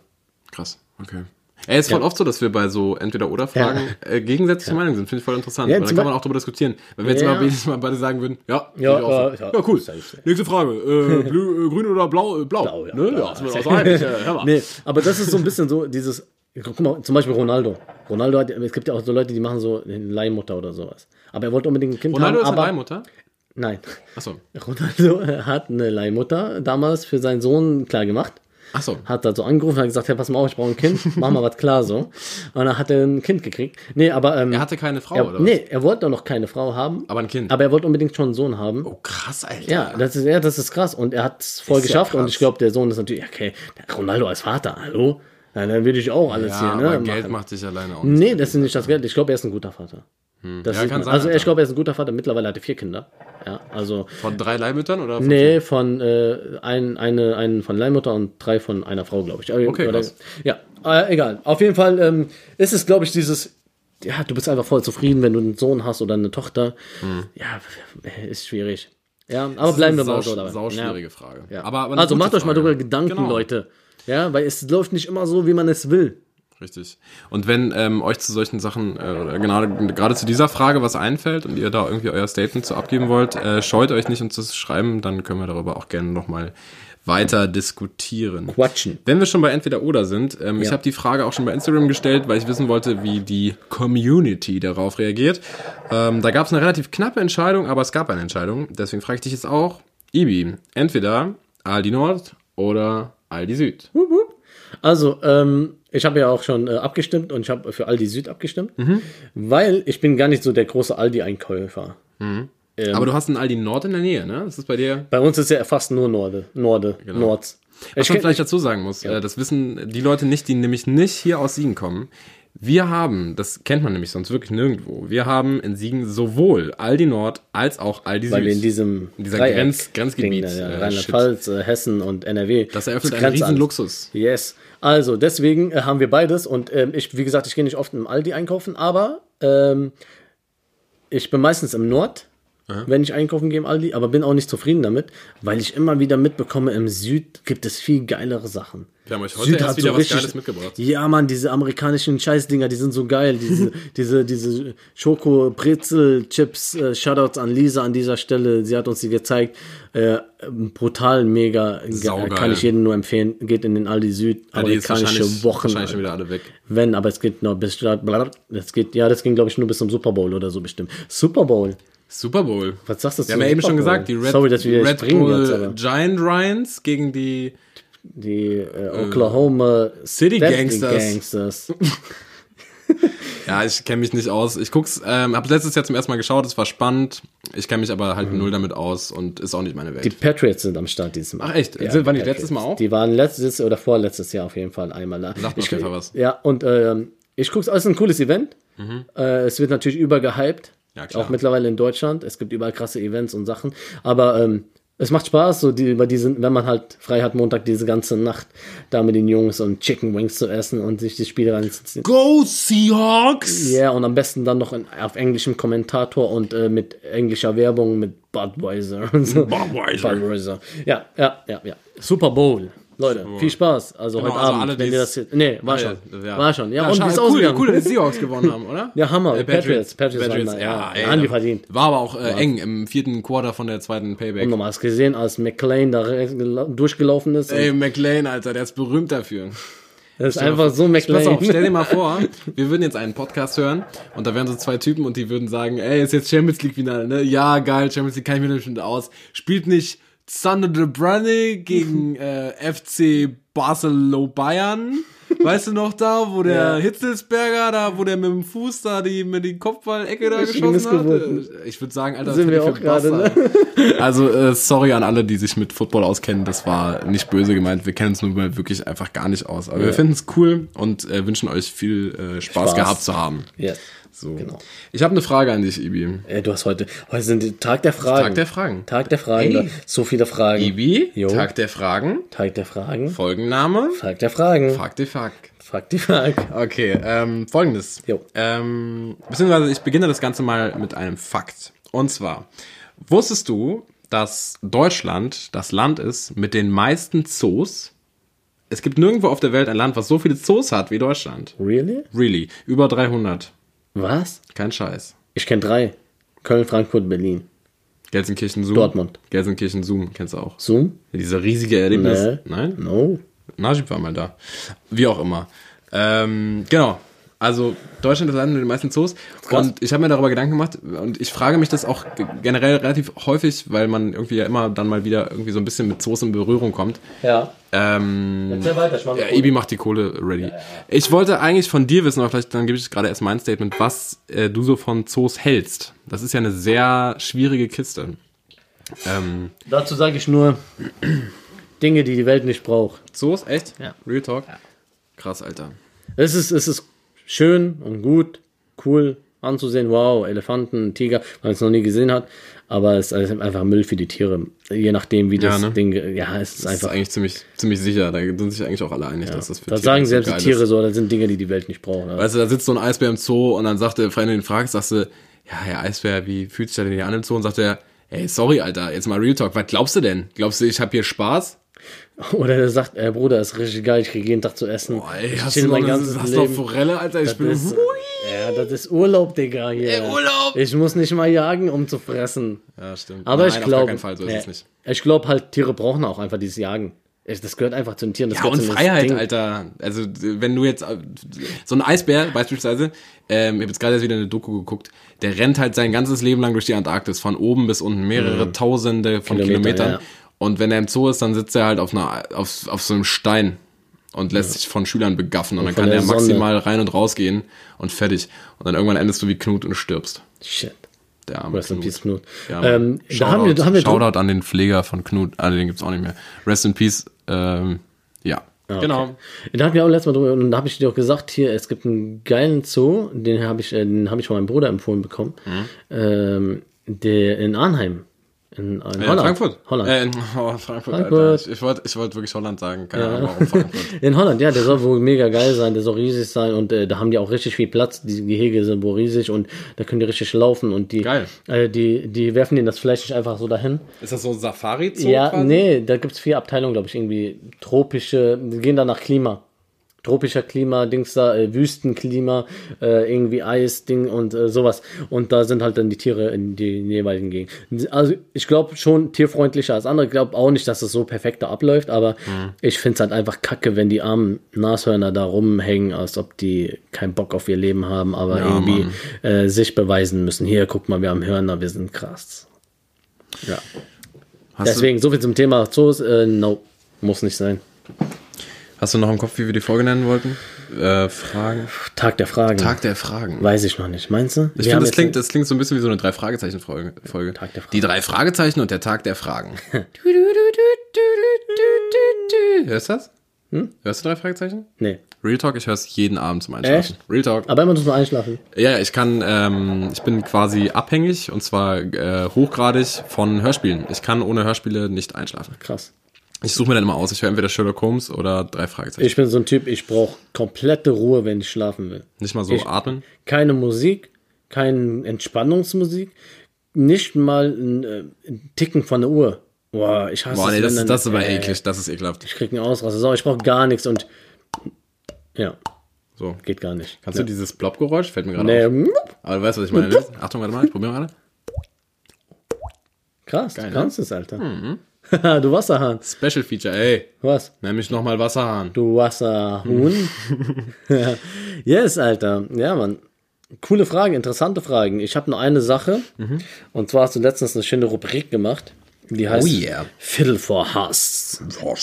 S2: Krass, okay. Ey, ist voll oft so, dass wir bei so Entweder-Oder-Fragen äh, gegensätzliche Meinung sind. Finde ich voll interessant.
S1: Ja,
S2: Weil dann
S1: zum
S2: kann man auch darüber diskutieren. Wenn wir jetzt
S1: Ja.
S2: mal jedes Mal beide sagen würden, ja,
S1: Ja,
S2: bin ich auch
S1: äh,
S2: so.
S1: ja.
S2: ja cool.
S1: Safe, safe.
S2: Nächste Frage. Äh, blü, äh, grün oder blau? Äh, blau.
S1: Blau, ja,
S2: ja. Ne?
S1: blau.
S2: ja, ist mir auch so einig. Äh, hör mal.
S1: nee, aber das ist so ein bisschen so dieses, guck mal, zum Beispiel Ronaldo. Ronaldo hat, es gibt ja auch so Leute, die machen so eine Leihmutter oder sowas. Aber er wollte unbedingt ein Kind
S2: Ronaldo
S1: haben,
S2: ist halt eine
S1: ähm, aber
S2: Leihmutter?
S1: nein,
S2: Achso.
S1: Ronaldo äh, hat eine Leihmutter damals für seinen Sohn klar gemacht.
S2: Achso.
S1: hat da so angerufen, hat gesagt, hey, pass mal auf, ich brauche ein Kind, mach mal was klar so. Und dann hat er ein Kind gekriegt. Nee, aber ähm,
S2: Er hatte keine Frau,
S1: er,
S2: oder was?
S1: nee, er wollte noch keine Frau haben,
S2: Aber ein Kind.
S1: aber er wollte unbedingt schon einen Sohn haben.
S2: oh, krass, Alter.
S1: Ja, das ist, ja, das ist krass. Und er hat es voll
S2: Ist ja
S1: geschafft. und
S2: krass.
S1: ich glaube, der Sohn ist natürlich, okay, der Ronaldo als Vater, hallo? Na, dann würde ich auch alles
S2: Ja,
S1: hier, ne?
S2: aber
S1: machen.
S2: Geld macht dich alleine auch nicht.
S1: nee, das ist nicht das Geld. Ich glaube, er ist ein guter Vater. Das
S2: Hm. Ja,
S1: sieht
S2: kann
S1: man.
S2: sein,
S1: also ich
S2: Alter.
S1: glaube, er ist ein guter Vater. Mittlerweile hat er vier Kinder. Ja, also
S2: Von drei Leihmüttern oder? Von
S1: Nee, von äh, ein, eine, einen von Leihmutter und drei von einer Frau, glaube ich. Äh,
S2: Okay,
S1: oder,
S2: krass.
S1: Ja, äh, egal. Auf jeden Fall ähm, ist es, glaube ich, dieses, ja, du bist einfach voll zufrieden, wenn du einen Sohn hast oder eine Tochter.
S2: Mhm.
S1: Ja, ist schwierig. Ja, aber bleiben wir
S2: sau,
S1: mal so dabei.
S2: Sau schwierige
S1: ja.
S2: Frage.
S1: Ja.
S2: Aber, aber eine
S1: also
S2: gute
S1: macht euch mal
S2: Frage.
S1: darüber Gedanken,
S2: Genau.
S1: Leute. Ja, weil es läuft nicht immer so, wie man es will.
S2: Richtig. Und wenn ähm, euch zu solchen Sachen, äh, oder genau, gerade zu dieser Frage was einfällt und ihr da irgendwie euer Statement zu abgeben wollt, äh, scheut euch nicht, uns das zu schreiben, dann können wir darüber auch gerne nochmal weiter diskutieren.
S1: Quatschen.
S2: Wenn wir schon bei Entweder-Oder sind, ähm, ich habe die Frage auch schon bei Instagram gestellt, weil ich wissen wollte, wie die Community darauf reagiert. Ähm, da gab es eine relativ knappe Entscheidung, aber es gab eine Entscheidung. Deswegen frage ich dich jetzt auch, Ibi, entweder Aldi Nord oder Aldi Süd.
S1: Also, ähm, ich habe ja auch schon äh, abgestimmt und ich habe für Aldi Süd abgestimmt,
S2: Mhm.
S1: weil ich bin gar nicht so der große Aldi-Einkäufer.
S2: Mhm.
S1: Ähm,
S2: Aber du hast einen Aldi Nord in der Nähe, ne? Ist das bei dir?
S1: Bei uns ist ja fast nur Norde, Norde,
S2: Was
S1: Nords. Ich
S2: man
S1: kenn,
S2: Genau. vielleicht dazu sagen muss, äh, das wissen die Leute nicht, die nämlich nicht hier aus Siegen kommen. Wir haben, das kennt man nämlich sonst wirklich nirgendwo, wir haben in Siegen sowohl Aldi Nord als auch Aldi Süd.
S1: weil wir in diesem
S2: in dieser
S1: Dreieck-
S2: Grenz- Grenzgebiet,
S1: Ding da, ja,
S2: äh,
S1: Rheinland-Pfalz, äh, Hessen und NRW.
S2: das eröffnet einen
S1: grenzt
S2: riesen
S1: alles.
S2: Luxus.
S1: Yes. Also, deswegen äh, haben wir beides und ähm, ich, wie gesagt, ich gehe nicht oft im Aldi einkaufen, aber ähm, ich bin meistens im Nord, wenn ich einkaufen gehe im Aldi, aber bin auch nicht zufrieden damit, weil ich immer wieder mitbekomme, im Süd gibt es viel geilere Sachen.
S2: Wir haben euch heute erst wieder was Geiles mitgebracht.
S1: Ja, ah, Mann, diese amerikanischen Scheißdinger, die sind so geil. Diese, diese, diese Schoko-Brezel-Chips, äh, Shoutouts an Lisa an dieser Stelle. Sie hat uns die gezeigt. Äh, brutal, mega. ge-
S2: Saugeil.
S1: Kann ich jedem nur empfehlen. Geht in den Aldi Süd.
S2: Ja, die ist
S1: Amerikanische
S2: wahrscheinlich,
S1: Wochen.
S2: wahrscheinlich schon wieder alle weg.
S1: Wenn, aber es geht noch bis, das geht, ja, das ging, glaube ich, nur bis zum Super Bowl oder so bestimmt. Super Bowl.
S2: Super Bowl.
S1: Was sagst du
S2: Wir haben ja eben schon gesagt, die Red,
S1: Sorry, dass wir
S2: Red
S1: springen
S2: Bull
S1: jetzt, aber
S2: Giant Ryans gegen die
S1: die äh, Oklahoma
S2: City
S1: Death
S2: Gangsters.
S1: Gangsters.
S2: Ja, ich kenne mich nicht aus. Ich guck's, ähm, habe letztes Jahr zum ersten Mal geschaut, es war spannend. Ich kenne mich aber
S1: Mhm.
S2: halt null damit aus und ist auch nicht meine Welt.
S1: Die Patriots sind am Start dieses Mal.
S2: Ach echt? Sind- waren die letztes Mal auch?
S1: Die waren letztes oder vorletztes Jahr auf jeden Fall einmal da.
S2: Sagt mir auf
S1: ich,
S2: jeden Fall was.
S1: Ja, und ähm, ich guck's, es ist ein cooles Event. Äh, es wird natürlich übergehypt.
S2: Mhm. Ja, klar.
S1: Auch mittlerweile in Deutschland. Es gibt überall krasse Events und Sachen. Aber ähm, es macht Spaß, so die, über diesen, wenn man halt frei hat, Montag diese ganze Nacht da mit den Jungs und Chicken Wings zu essen und sich die Spiele reinzuziehen.
S2: Go Seahawks!
S1: Ja, und am besten dann noch in, auf englischem Kommentator und äh, mit englischer Werbung mit Budweiser und so.
S2: Budweiser.
S1: Budweiser. Ja, ja, ja, ja. Super Bowl. Leute, viel Spaß. Also heute
S2: also
S1: Abend,
S2: alle,
S1: wenn
S2: die's-
S1: ihr das jetzt. Nee, war schon.
S2: Ja.
S1: War schon. Ja,
S2: ja
S1: und wie
S2: schade,
S1: ist
S2: cool,
S1: ausgegangen?
S2: cool, dass die Seahawks gewonnen haben, oder? Äh,
S1: Ja, Hammer. Patriots. Patriots,
S2: Patriots,
S1: waren da,
S2: ja,
S1: ja.
S2: ey,
S1: Haben die
S2: da-
S1: verdient.
S2: War aber auch äh, eng im vierten Quarter von der zweiten Payback.
S1: Nochmal hast gesehen, als McLean da re- gela- durchgelaufen ist.
S2: Ey, McLean, Alter, der ist berühmt dafür.
S1: das ist einfach so
S2: Pass auf, stell
S1: McLean.
S2: dir mal vor, wir würden jetzt einen Podcast hören und da wären so zwei Typen und die würden sagen, ey, ist jetzt Champions League Finale, ne? Ja, geil, Champions League kann ich mir bestimmt aus. Spielt nicht Sander de Bruyne gegen äh, FC Barcelona Bayern? Weißt du noch da, wo der
S1: Ja.
S2: Hitzelsberger da, wo der mit dem Fuß da die mit die Kopfball-Ecke da
S1: Richtigen
S2: geschossen
S1: Missgeburten.
S2: hat? Ich würde sagen, Alter, das
S1: Sind
S2: hätte
S1: wir
S2: ich
S1: auch
S2: für
S1: gerade, ne?
S2: Barca- Also äh, sorry an alle, die sich mit Football auskennen. Das war nicht böse gemeint. Wir kennen uns nun mal wirklich einfach gar nicht aus. Aber wir finden es cool und äh, wünschen euch viel äh, Spaß,
S1: Spaß.
S2: gehabt zu haben.
S1: Ja.
S2: So.
S1: Genau.
S2: Ich habe eine Frage an dich, Ibi.
S1: Ey, du hast heute. Heute sind die Tag der Fragen.
S2: Tag der Fragen.
S1: Tag der Fragen.
S2: Ey.
S1: So viele Fragen.
S2: Ibi,
S1: Jo.
S2: Tag der Fragen.
S1: Tag der Fragen.
S2: Folgenname.
S1: Tag der Fragen.
S2: Frag die Frag.
S1: Frag die Frage.
S2: Okay, ähm, folgendes.
S1: Jo.
S2: Ähm, beziehungsweise ich beginne das Ganze mal mit einem Fakt. Und zwar, wusstest du, dass Deutschland das Land ist mit den meisten Zoos? Es gibt nirgendwo auf der Welt ein Land, was so viele Zoos hat wie Deutschland.
S1: Really?
S2: Really. Über 300.
S1: Was?
S2: Kein Scheiß.
S1: Ich kenne drei. Köln, Frankfurt, Berlin.
S2: Gelsenkirchen Zoom.
S1: Dortmund.
S2: Gelsenkirchen Zoom, kennst du auch.
S1: Zoom?
S2: Dieser riesige Erlebnis.
S1: Nee.
S2: Nein?
S1: No.
S2: Najib war mal da. Wie auch immer. Ähm, genau. Also Deutschland ist das Land mit den meisten Zoos.
S1: krass.
S2: Und ich habe mir darüber Gedanken gemacht und ich frage mich das auch ge- generell relativ häufig, weil man irgendwie ja immer dann mal wieder irgendwie so ein bisschen mit Zoos in Berührung kommt.
S1: Ja.
S2: Ähm,
S1: Erzähl weiter, ich mach
S2: ja,
S1: noch
S2: Ibi macht die Kohle ready. Ich wollte eigentlich von dir wissen, aber vielleicht dann gebe ich gerade erst mein Statement, was äh, du so von Zoos hältst. Das ist ja eine sehr schwierige Kiste. Ähm,
S1: Dazu sage ich nur Dinge, die die Welt nicht braucht.
S2: Zoos, echt?
S1: Ja.
S2: Real Talk? Krass, Alter.
S1: Es ist, es ist schön und gut, cool anzusehen. Wow, Elefanten, Tiger, weil man es noch nie gesehen hat. Aber es ist einfach Müll für die Tiere. Je nachdem, wie das
S2: ne?
S1: Ding. ge- Ja, es ist
S2: Das ist
S1: einfach.
S2: eigentlich ziemlich, ziemlich sicher. Da sind sich eigentlich auch alle einig, dass das für
S1: Das sagen
S2: nicht so
S1: selbst die
S2: geil
S1: Tiere
S2: Ist.
S1: so, das sind Dinge, die die Welt nicht braucht. Also,
S2: Weißt du, da sitzt so ein Eisbär im Zoo und dann sagt der Freund, den du fragst, sagst du, ja, Herr Eisbär, wie fühlt sich der denn hier an im Zoo? Und sagt er, ey, sorry, Alter, jetzt mal Real Talk. Was glaubst du denn? Glaubst du, ich habe hier Spaß?
S1: Oder der sagt, ey, Bruder, ist richtig geil, ich kriege jeden Tag zu essen.
S2: Boah, ey,
S1: ich
S2: hast
S1: chill
S2: du noch,
S1: mein
S2: eine-
S1: ganzes
S2: hast noch
S1: Leben.
S2: Forelle, Alter? Ich bin,
S1: Das, ja, das ist Urlaub, Digga. Hier.
S2: Mhm. Ey, Urlaub!
S1: Ich muss nicht mal jagen, um zu fressen.
S2: ja, stimmt.
S1: Aber
S2: Nein,
S1: ich
S2: auf
S1: glaube.
S2: gar keinen Fall, so ist
S1: nee.
S2: es nicht.
S1: Ich glaube halt, Tiere brauchen auch einfach dieses Jagen. Ich- Das gehört einfach zu den Tieren. Das
S2: Ja,
S1: gehört
S2: und
S1: zu den
S2: Freiheit,
S1: Ding.
S2: Alter. Also, wenn du jetzt, äh, so ein Eisbär beispielsweise, ähm, ich habe jetzt gerade erst wieder eine Doku geguckt, der rennt halt sein ganzes Leben lang durch die Antarktis, von oben bis unten, mehrere tausende von
S1: Mhm. Kilometer,
S2: Kilometern.
S1: ja.
S2: Und wenn er im Zoo ist, dann sitzt er halt auf, einer, auf, auf so einem Stein und lässt sich von Schülern begaffen. Und, dann
S1: von
S2: kann
S1: der
S2: er
S1: Sonne.
S2: maximal rein und rausgehen und fertig. Und dann irgendwann endest du wie Knut und stirbst.
S1: Shit.
S2: Der arme
S1: Rest in Peace, Knut.
S2: Ja,
S1: ähm,
S2: Mann.
S1: da haben wir, da haben wir Druck-
S2: Shoutout an den Pfleger von Knut. Ah, den gibt's auch nicht mehr. Rest in Peace. Ähm, ja.
S1: Ah,
S2: Genau.
S1: Da hatten wir auch letztes Mal drüber, und da habe ich dir auch gesagt, hier, es gibt einen geilen Zoo, den habe ich, äh, den habe ich von meinem Bruder empfohlen bekommen,
S2: Mhm.
S1: ähm, der in Arnheim. In, in
S2: Ah Ja,
S1: Holland.
S2: Frankfurt.
S1: Holland.
S2: Äh, oh, Frankfurt, Alter.
S1: Frankfurt.
S2: Ich, ich wollte ich wollt wirklich Holland sagen. Keine Ahnung, warum Frankfurt.
S1: In Holland, ja, der soll wohl mega geil sein, der soll riesig sein und äh, da haben die auch richtig viel Platz. Die Gehege sind wohl riesig und da können die richtig laufen und die,
S2: Geil.
S1: Äh, die, die werfen denen das Fleisch nicht einfach so dahin.
S2: Ist das so ein Safari-Zoo
S1: ja,
S2: quasi?
S1: nee, da gibt es vier Abteilungen, glaube ich, irgendwie tropische, die gehen dann nach Klima. tropischer Klima, Dings da, äh, Wüstenklima, äh, irgendwie Eis-Ding und äh, sowas. Und da sind halt dann die Tiere in den jeweiligen Gegenden. Also ich glaube schon tierfreundlicher als andere. Ich glaube auch nicht, dass es so perfekt da abläuft, aber
S2: Mhm.
S1: ich finde es halt einfach kacke, wenn die armen Nashörner da rumhängen, als ob die keinen Bock auf ihr Leben haben, aber
S2: Ja,
S1: irgendwie äh, sich beweisen müssen. Hier, guck mal, wir haben Hörner, wir sind krass. Ja.
S2: Hast
S1: Deswegen, so viel zum Thema Zoos. Äh, no, muss nicht sein.
S2: Du, hast du noch im Kopf, wie wir die Folge nennen wollten? Äh, Fragen.
S1: Tag der Fragen.
S2: Tag der Fragen.
S1: Weiß ich noch nicht. Meinst du?
S2: Ich finde, das klingt, das klingt so ein bisschen wie so eine Drei-Fragezeichen-Folge. Folge.
S1: Tag der Fragen.
S2: Die drei Fragezeichen und der Tag der Fragen. Hörst du das?
S1: Hm?
S2: Hörst du drei Fragezeichen?
S1: Nee.
S2: Real Talk, ich höre es jeden Abend zum Einschlafen. Real Talk.
S1: Aber immer muss man einschlafen.
S2: Ja, ja, ich kann, ähm, ich bin quasi abhängig und zwar äh, hochgradig von Hörspielen. Ich kann ohne Hörspiele nicht einschlafen.
S1: Krass.
S2: Ich suche mir dann immer aus. Ich höre entweder Sherlock Holmes oder drei Fragezeichen.
S1: Ich bin so ein Typ, ich brauche komplette Ruhe, wenn ich schlafen will.
S2: nicht mal so atmen.
S1: Keine Musik, keine Entspannungsmusik, nicht mal ein, äh, ein Ticken von der Uhr. Boah, ich hasse
S2: Boah, nee,
S1: es,
S2: das,
S1: wenn
S2: das ist aber
S1: äh,
S2: eklig. Das ist ekelhaft.
S1: Ich krieg einen Ausraster. So, ich brauche gar nichts und ja,
S2: So.
S1: geht gar nicht.
S2: Kannst du dieses Plop-Geräusch? Fällt mir gerade
S1: Nee,
S2: auf.
S1: mm,
S2: Aber du weißt, was ich meine. ne? Achtung, warte mal. Ich probiere mal.
S1: krass,
S2: ne? Mhm.
S1: du kannst es, Alter. Haha, du Wasserhahn.
S2: Special Feature, ey.
S1: Was?
S2: Nenn mich nochmal Wasserhahn.
S1: Du Wasserhuhn. yes, Alter. Ja, Mann. Coole Fragen, interessante Fragen. Ich habe nur eine Sache.
S2: Mhm.
S1: Und zwar hast du letztens eine schöne Rubrik gemacht. Die heißt
S2: Oh yeah.
S1: Viertel vor Hass. Oh,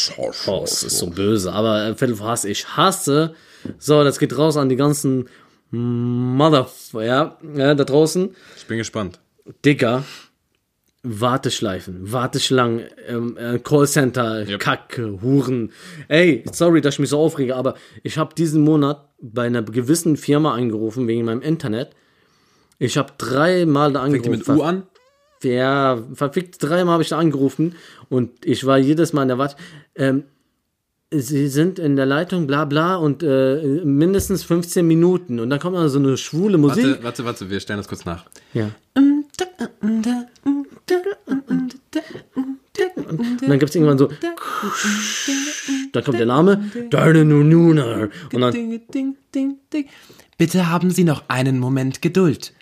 S1: es ist so böse. Aber äh, Viertel vor Hass, ich hasse. So, das geht raus an die ganzen Motherf... Ja, ja, da draußen.
S2: Ich bin gespannt.
S1: Digga, Warteschleifen, Warteschlangen, ähm, äh, Callcenter, Kacke, Huren. Ey, sorry, dass ich mich so aufrege, aber ich habe diesen Monat bei einer gewissen Firma angerufen wegen meinem Internet. Ich habe dreimal da
S2: Fängt die
S1: angerufen.
S2: mit U an?
S1: Ja, verfickt dreimal habe ich da angerufen und ich war jedes Mal in der Wart. Ähm, Sie sind in der Leitung, bla bla, und äh, mindestens 15 Minuten. Und dann kommt dann so eine schwule Musik.
S2: Warte, warte, warte. Wir stellen das kurz nach.
S1: Ja. Und dann gibt es irgendwann so, dann kommt der Name, Darne Nununa. Und dann,
S2: Ding, ding, ding, ding. Bitte haben Sie noch einen Moment Geduld.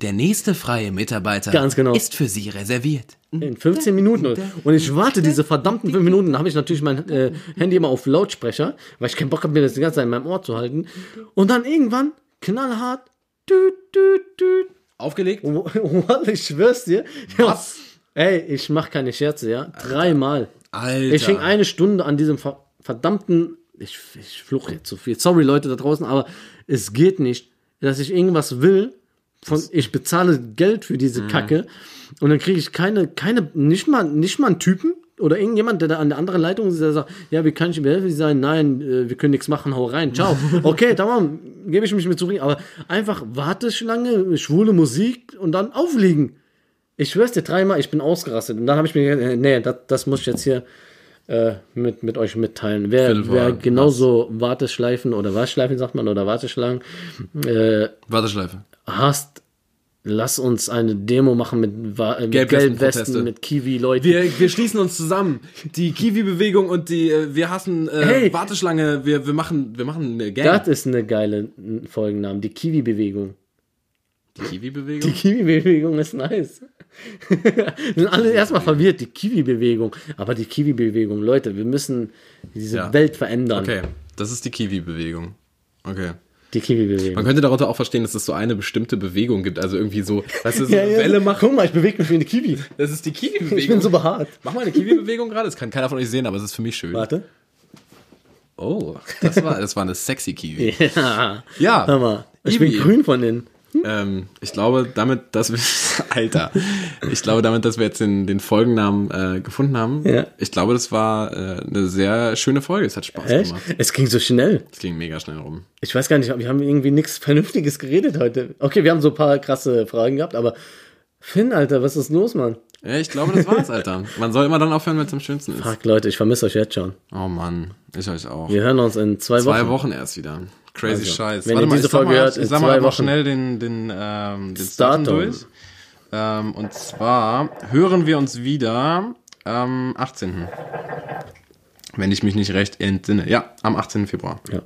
S2: Der nächste freie Mitarbeiter
S1: Ganz genau.
S2: ist für Sie reserviert.
S1: in 15 Minuten. oder- Und ich warte diese verdammten 5 Minuten. Dann habe ich natürlich mein äh, Handy immer auf Lautsprecher, weil ich keinen Bock habe, mir das die ganze Zeit in meinem Ohr zu halten. Und dann irgendwann, knallhart, düt, düt, düt.
S2: Aufgelegt?
S1: Wall, ich schwör's dir.
S2: Was?
S1: Ey, ich mach keine Scherze, ja? Dreimal.
S2: Alter.
S1: Ich hing eine Stunde an diesem ver- verdammten. Ich, ich fluch jetzt zu viel. Sorry, Leute da draußen, aber es geht nicht, dass ich irgendwas will. Von, ich bezahle Geld für diese Kacke und dann kriege ich keine, keine, nicht mal, nicht mal einen Typen oder irgendjemand, der da an der anderen Leitung ist, der sagt, ja, wie kann ich mir helfen? Sie sagen, nein, äh, wir können nichts machen, hau rein, ciao. Okay, tamam, gebe ich mich mit zufrieden, aber einfach Warteschlange, schwule Musik und dann aufliegen. Ich schwör's dir dreimal, ich bin ausgerastet. Und dann habe ich mir gedacht, äh, nee, das, das muss ich jetzt hier äh, mit, mit euch mitteilen. Wer,
S2: Viertel
S1: wer
S2: vor,
S1: genauso Warteschleifen oder Warteschleifen, sagt man, oder Warteschlangen äh,
S2: Warteschleife.
S1: hasst, lass uns eine Demo machen mit, Wa- äh, mit
S2: Gelbwesten-Proteste.
S1: Gelbwesten, mit Kiwi-Leuten.
S2: Wir, wir schließen uns zusammen. Die Kiwi-Bewegung und die äh, Wir hassen äh,
S1: Hey.
S2: Warteschlange. Wir, wir, machen, wir machen eine Gang.
S1: Das ist eine geile n, Folgennamen, die Kiwi-Bewegung.
S2: Die Kiwi-Bewegung?
S1: Die Kiwi-Bewegung ist nice. sind alle erstmal verwirrt, die Kiwi-Bewegung. Aber die Kiwi-Bewegung, Leute, wir müssen diese
S2: Ja.
S1: Welt verändern.
S2: Okay, das ist die Kiwi-Bewegung. Okay.
S1: Die Kiwi-Bewegung.
S2: Man könnte darunter auch verstehen, dass es so eine bestimmte Bewegung gibt. Also irgendwie so, weißt du, so
S1: Ja,
S2: eine
S1: ja,
S2: Welle
S1: so-
S2: machen.
S1: Guck mal, ich bewege mich wie eine Kiwi.
S2: Das ist die Kiwi-Bewegung.
S1: Ich bin so behaart.
S2: Mach mal eine Kiwi-Bewegung gerade. Das kann keiner von euch sehen, aber es ist für mich schön.
S1: Warte.
S2: Oh, das war, das war eine sexy Kiwi.
S1: Ja.
S2: Ja,
S1: Hör mal, ich
S2: Kiwi.
S1: bin grün von innen.
S2: ähm, ich glaube damit, dass wir, Alter, ich glaube damit, dass wir jetzt den, den Folgennamen äh, gefunden haben.
S1: Ja.
S2: Ich glaube, das war äh, eine sehr schöne Folge. Es hat Spaß
S1: Echt?
S2: gemacht.
S1: Es ging so schnell.
S2: Es ging mega schnell rum.
S1: Ich weiß gar nicht, wir haben irgendwie nichts Vernünftiges geredet heute. Okay, wir haben so ein paar krasse Fragen gehabt, aber Finn, Alter, was ist los, Mann?
S2: Ja, ich glaube, das war's, Alter. Man soll immer dann aufhören, wenn es am schönsten ist.
S1: Fuck, Leute, ich vermisse euch jetzt schon.
S2: Oh Mann, ich euch auch.
S1: Wir hören uns in zwei,
S2: Zwei
S1: Wochen. Also,
S2: Wochen erst wieder. Crazy Scheiß.
S1: wenn ihr diese
S2: ich sag
S1: Folge
S2: mal,
S1: hört, in
S2: ich sag mal
S1: zwei
S2: einfach
S1: Wochen.
S2: schnell den, den, ähm, den
S1: Startdatum.
S2: Starten durch. Ähm, und zwar hören wir uns wieder am 18. Wenn ich mich nicht recht entsinne. Ja, am 18. Februar.
S1: Ja.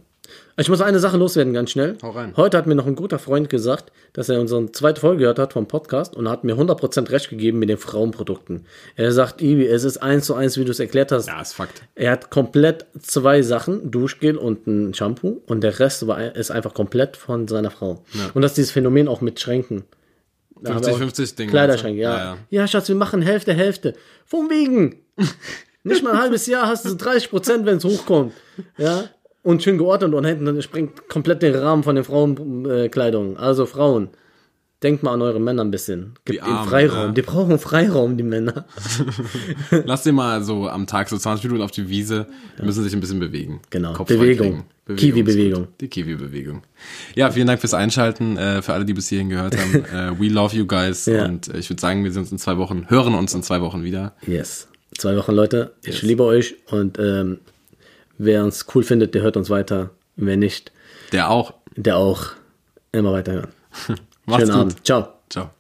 S1: Ich muss eine Sache loswerden, ganz schnell.
S2: Hau rein.
S1: Heute hat mir noch ein guter Freund gesagt, dass er unsere zweite Folge gehört hat vom Podcast und hat mir 100% recht gegeben mit den Frauenprodukten. Er sagt, Ibi, es ist eins zu eins, wie du es erklärt hast.
S2: Ja, ist Fakt.
S1: Er hat komplett zwei Sachen, Duschgel und ein Shampoo und der Rest war, ist einfach komplett von seiner Frau. Und das ist dieses Phänomen auch mit Schränken. Da haben wir auch
S2: 50-50 Ding.
S1: Kleiderschrank,
S2: also.
S1: ne? ja. ja. Schatz, wir machen Hälfte, Hälfte. Von wegen. Nicht mal ein halbes Jahr hast du 30 Prozent, wenn es hochkommt. Ja. Und schön geordnet und hinten dann springt komplett den Rahmen von den Frauenkleidungen. Äh, Kleidung. also Frauen, denkt mal an eure Männer ein bisschen. Gebt
S2: Die
S1: ihnen
S2: Armen,
S1: Freiraum.
S2: ja.
S1: Die brauchen Freiraum, die Männer.
S2: ja. Lass dir mal so am Tag so 20 Minuten auf die Wiese, die müssen sich ein bisschen bewegen.
S1: Genau.
S2: Kopf
S1: Bewegung.
S2: freikriegen.
S1: Kiwi-Bewegung.
S2: ist gut. Die Kiwi-Bewegung. Ja, vielen Dank fürs Einschalten, äh, für alle, die bis hierhin gehört haben. äh, we love you guys
S1: Ja.
S2: und äh, ich würde sagen, wir sehen uns in zwei Wochen, hören uns in zwei Wochen wieder.
S1: Yes. Zwei Wochen, Leute. Ich liebe euch und ähm, wer uns cool findet, der hört uns weiter. Wer nicht,
S2: Der auch.
S1: der auch immer weiterhören.
S2: Macht's
S1: Schönen
S2: gut.
S1: Abend. Ciao.
S2: Ciao.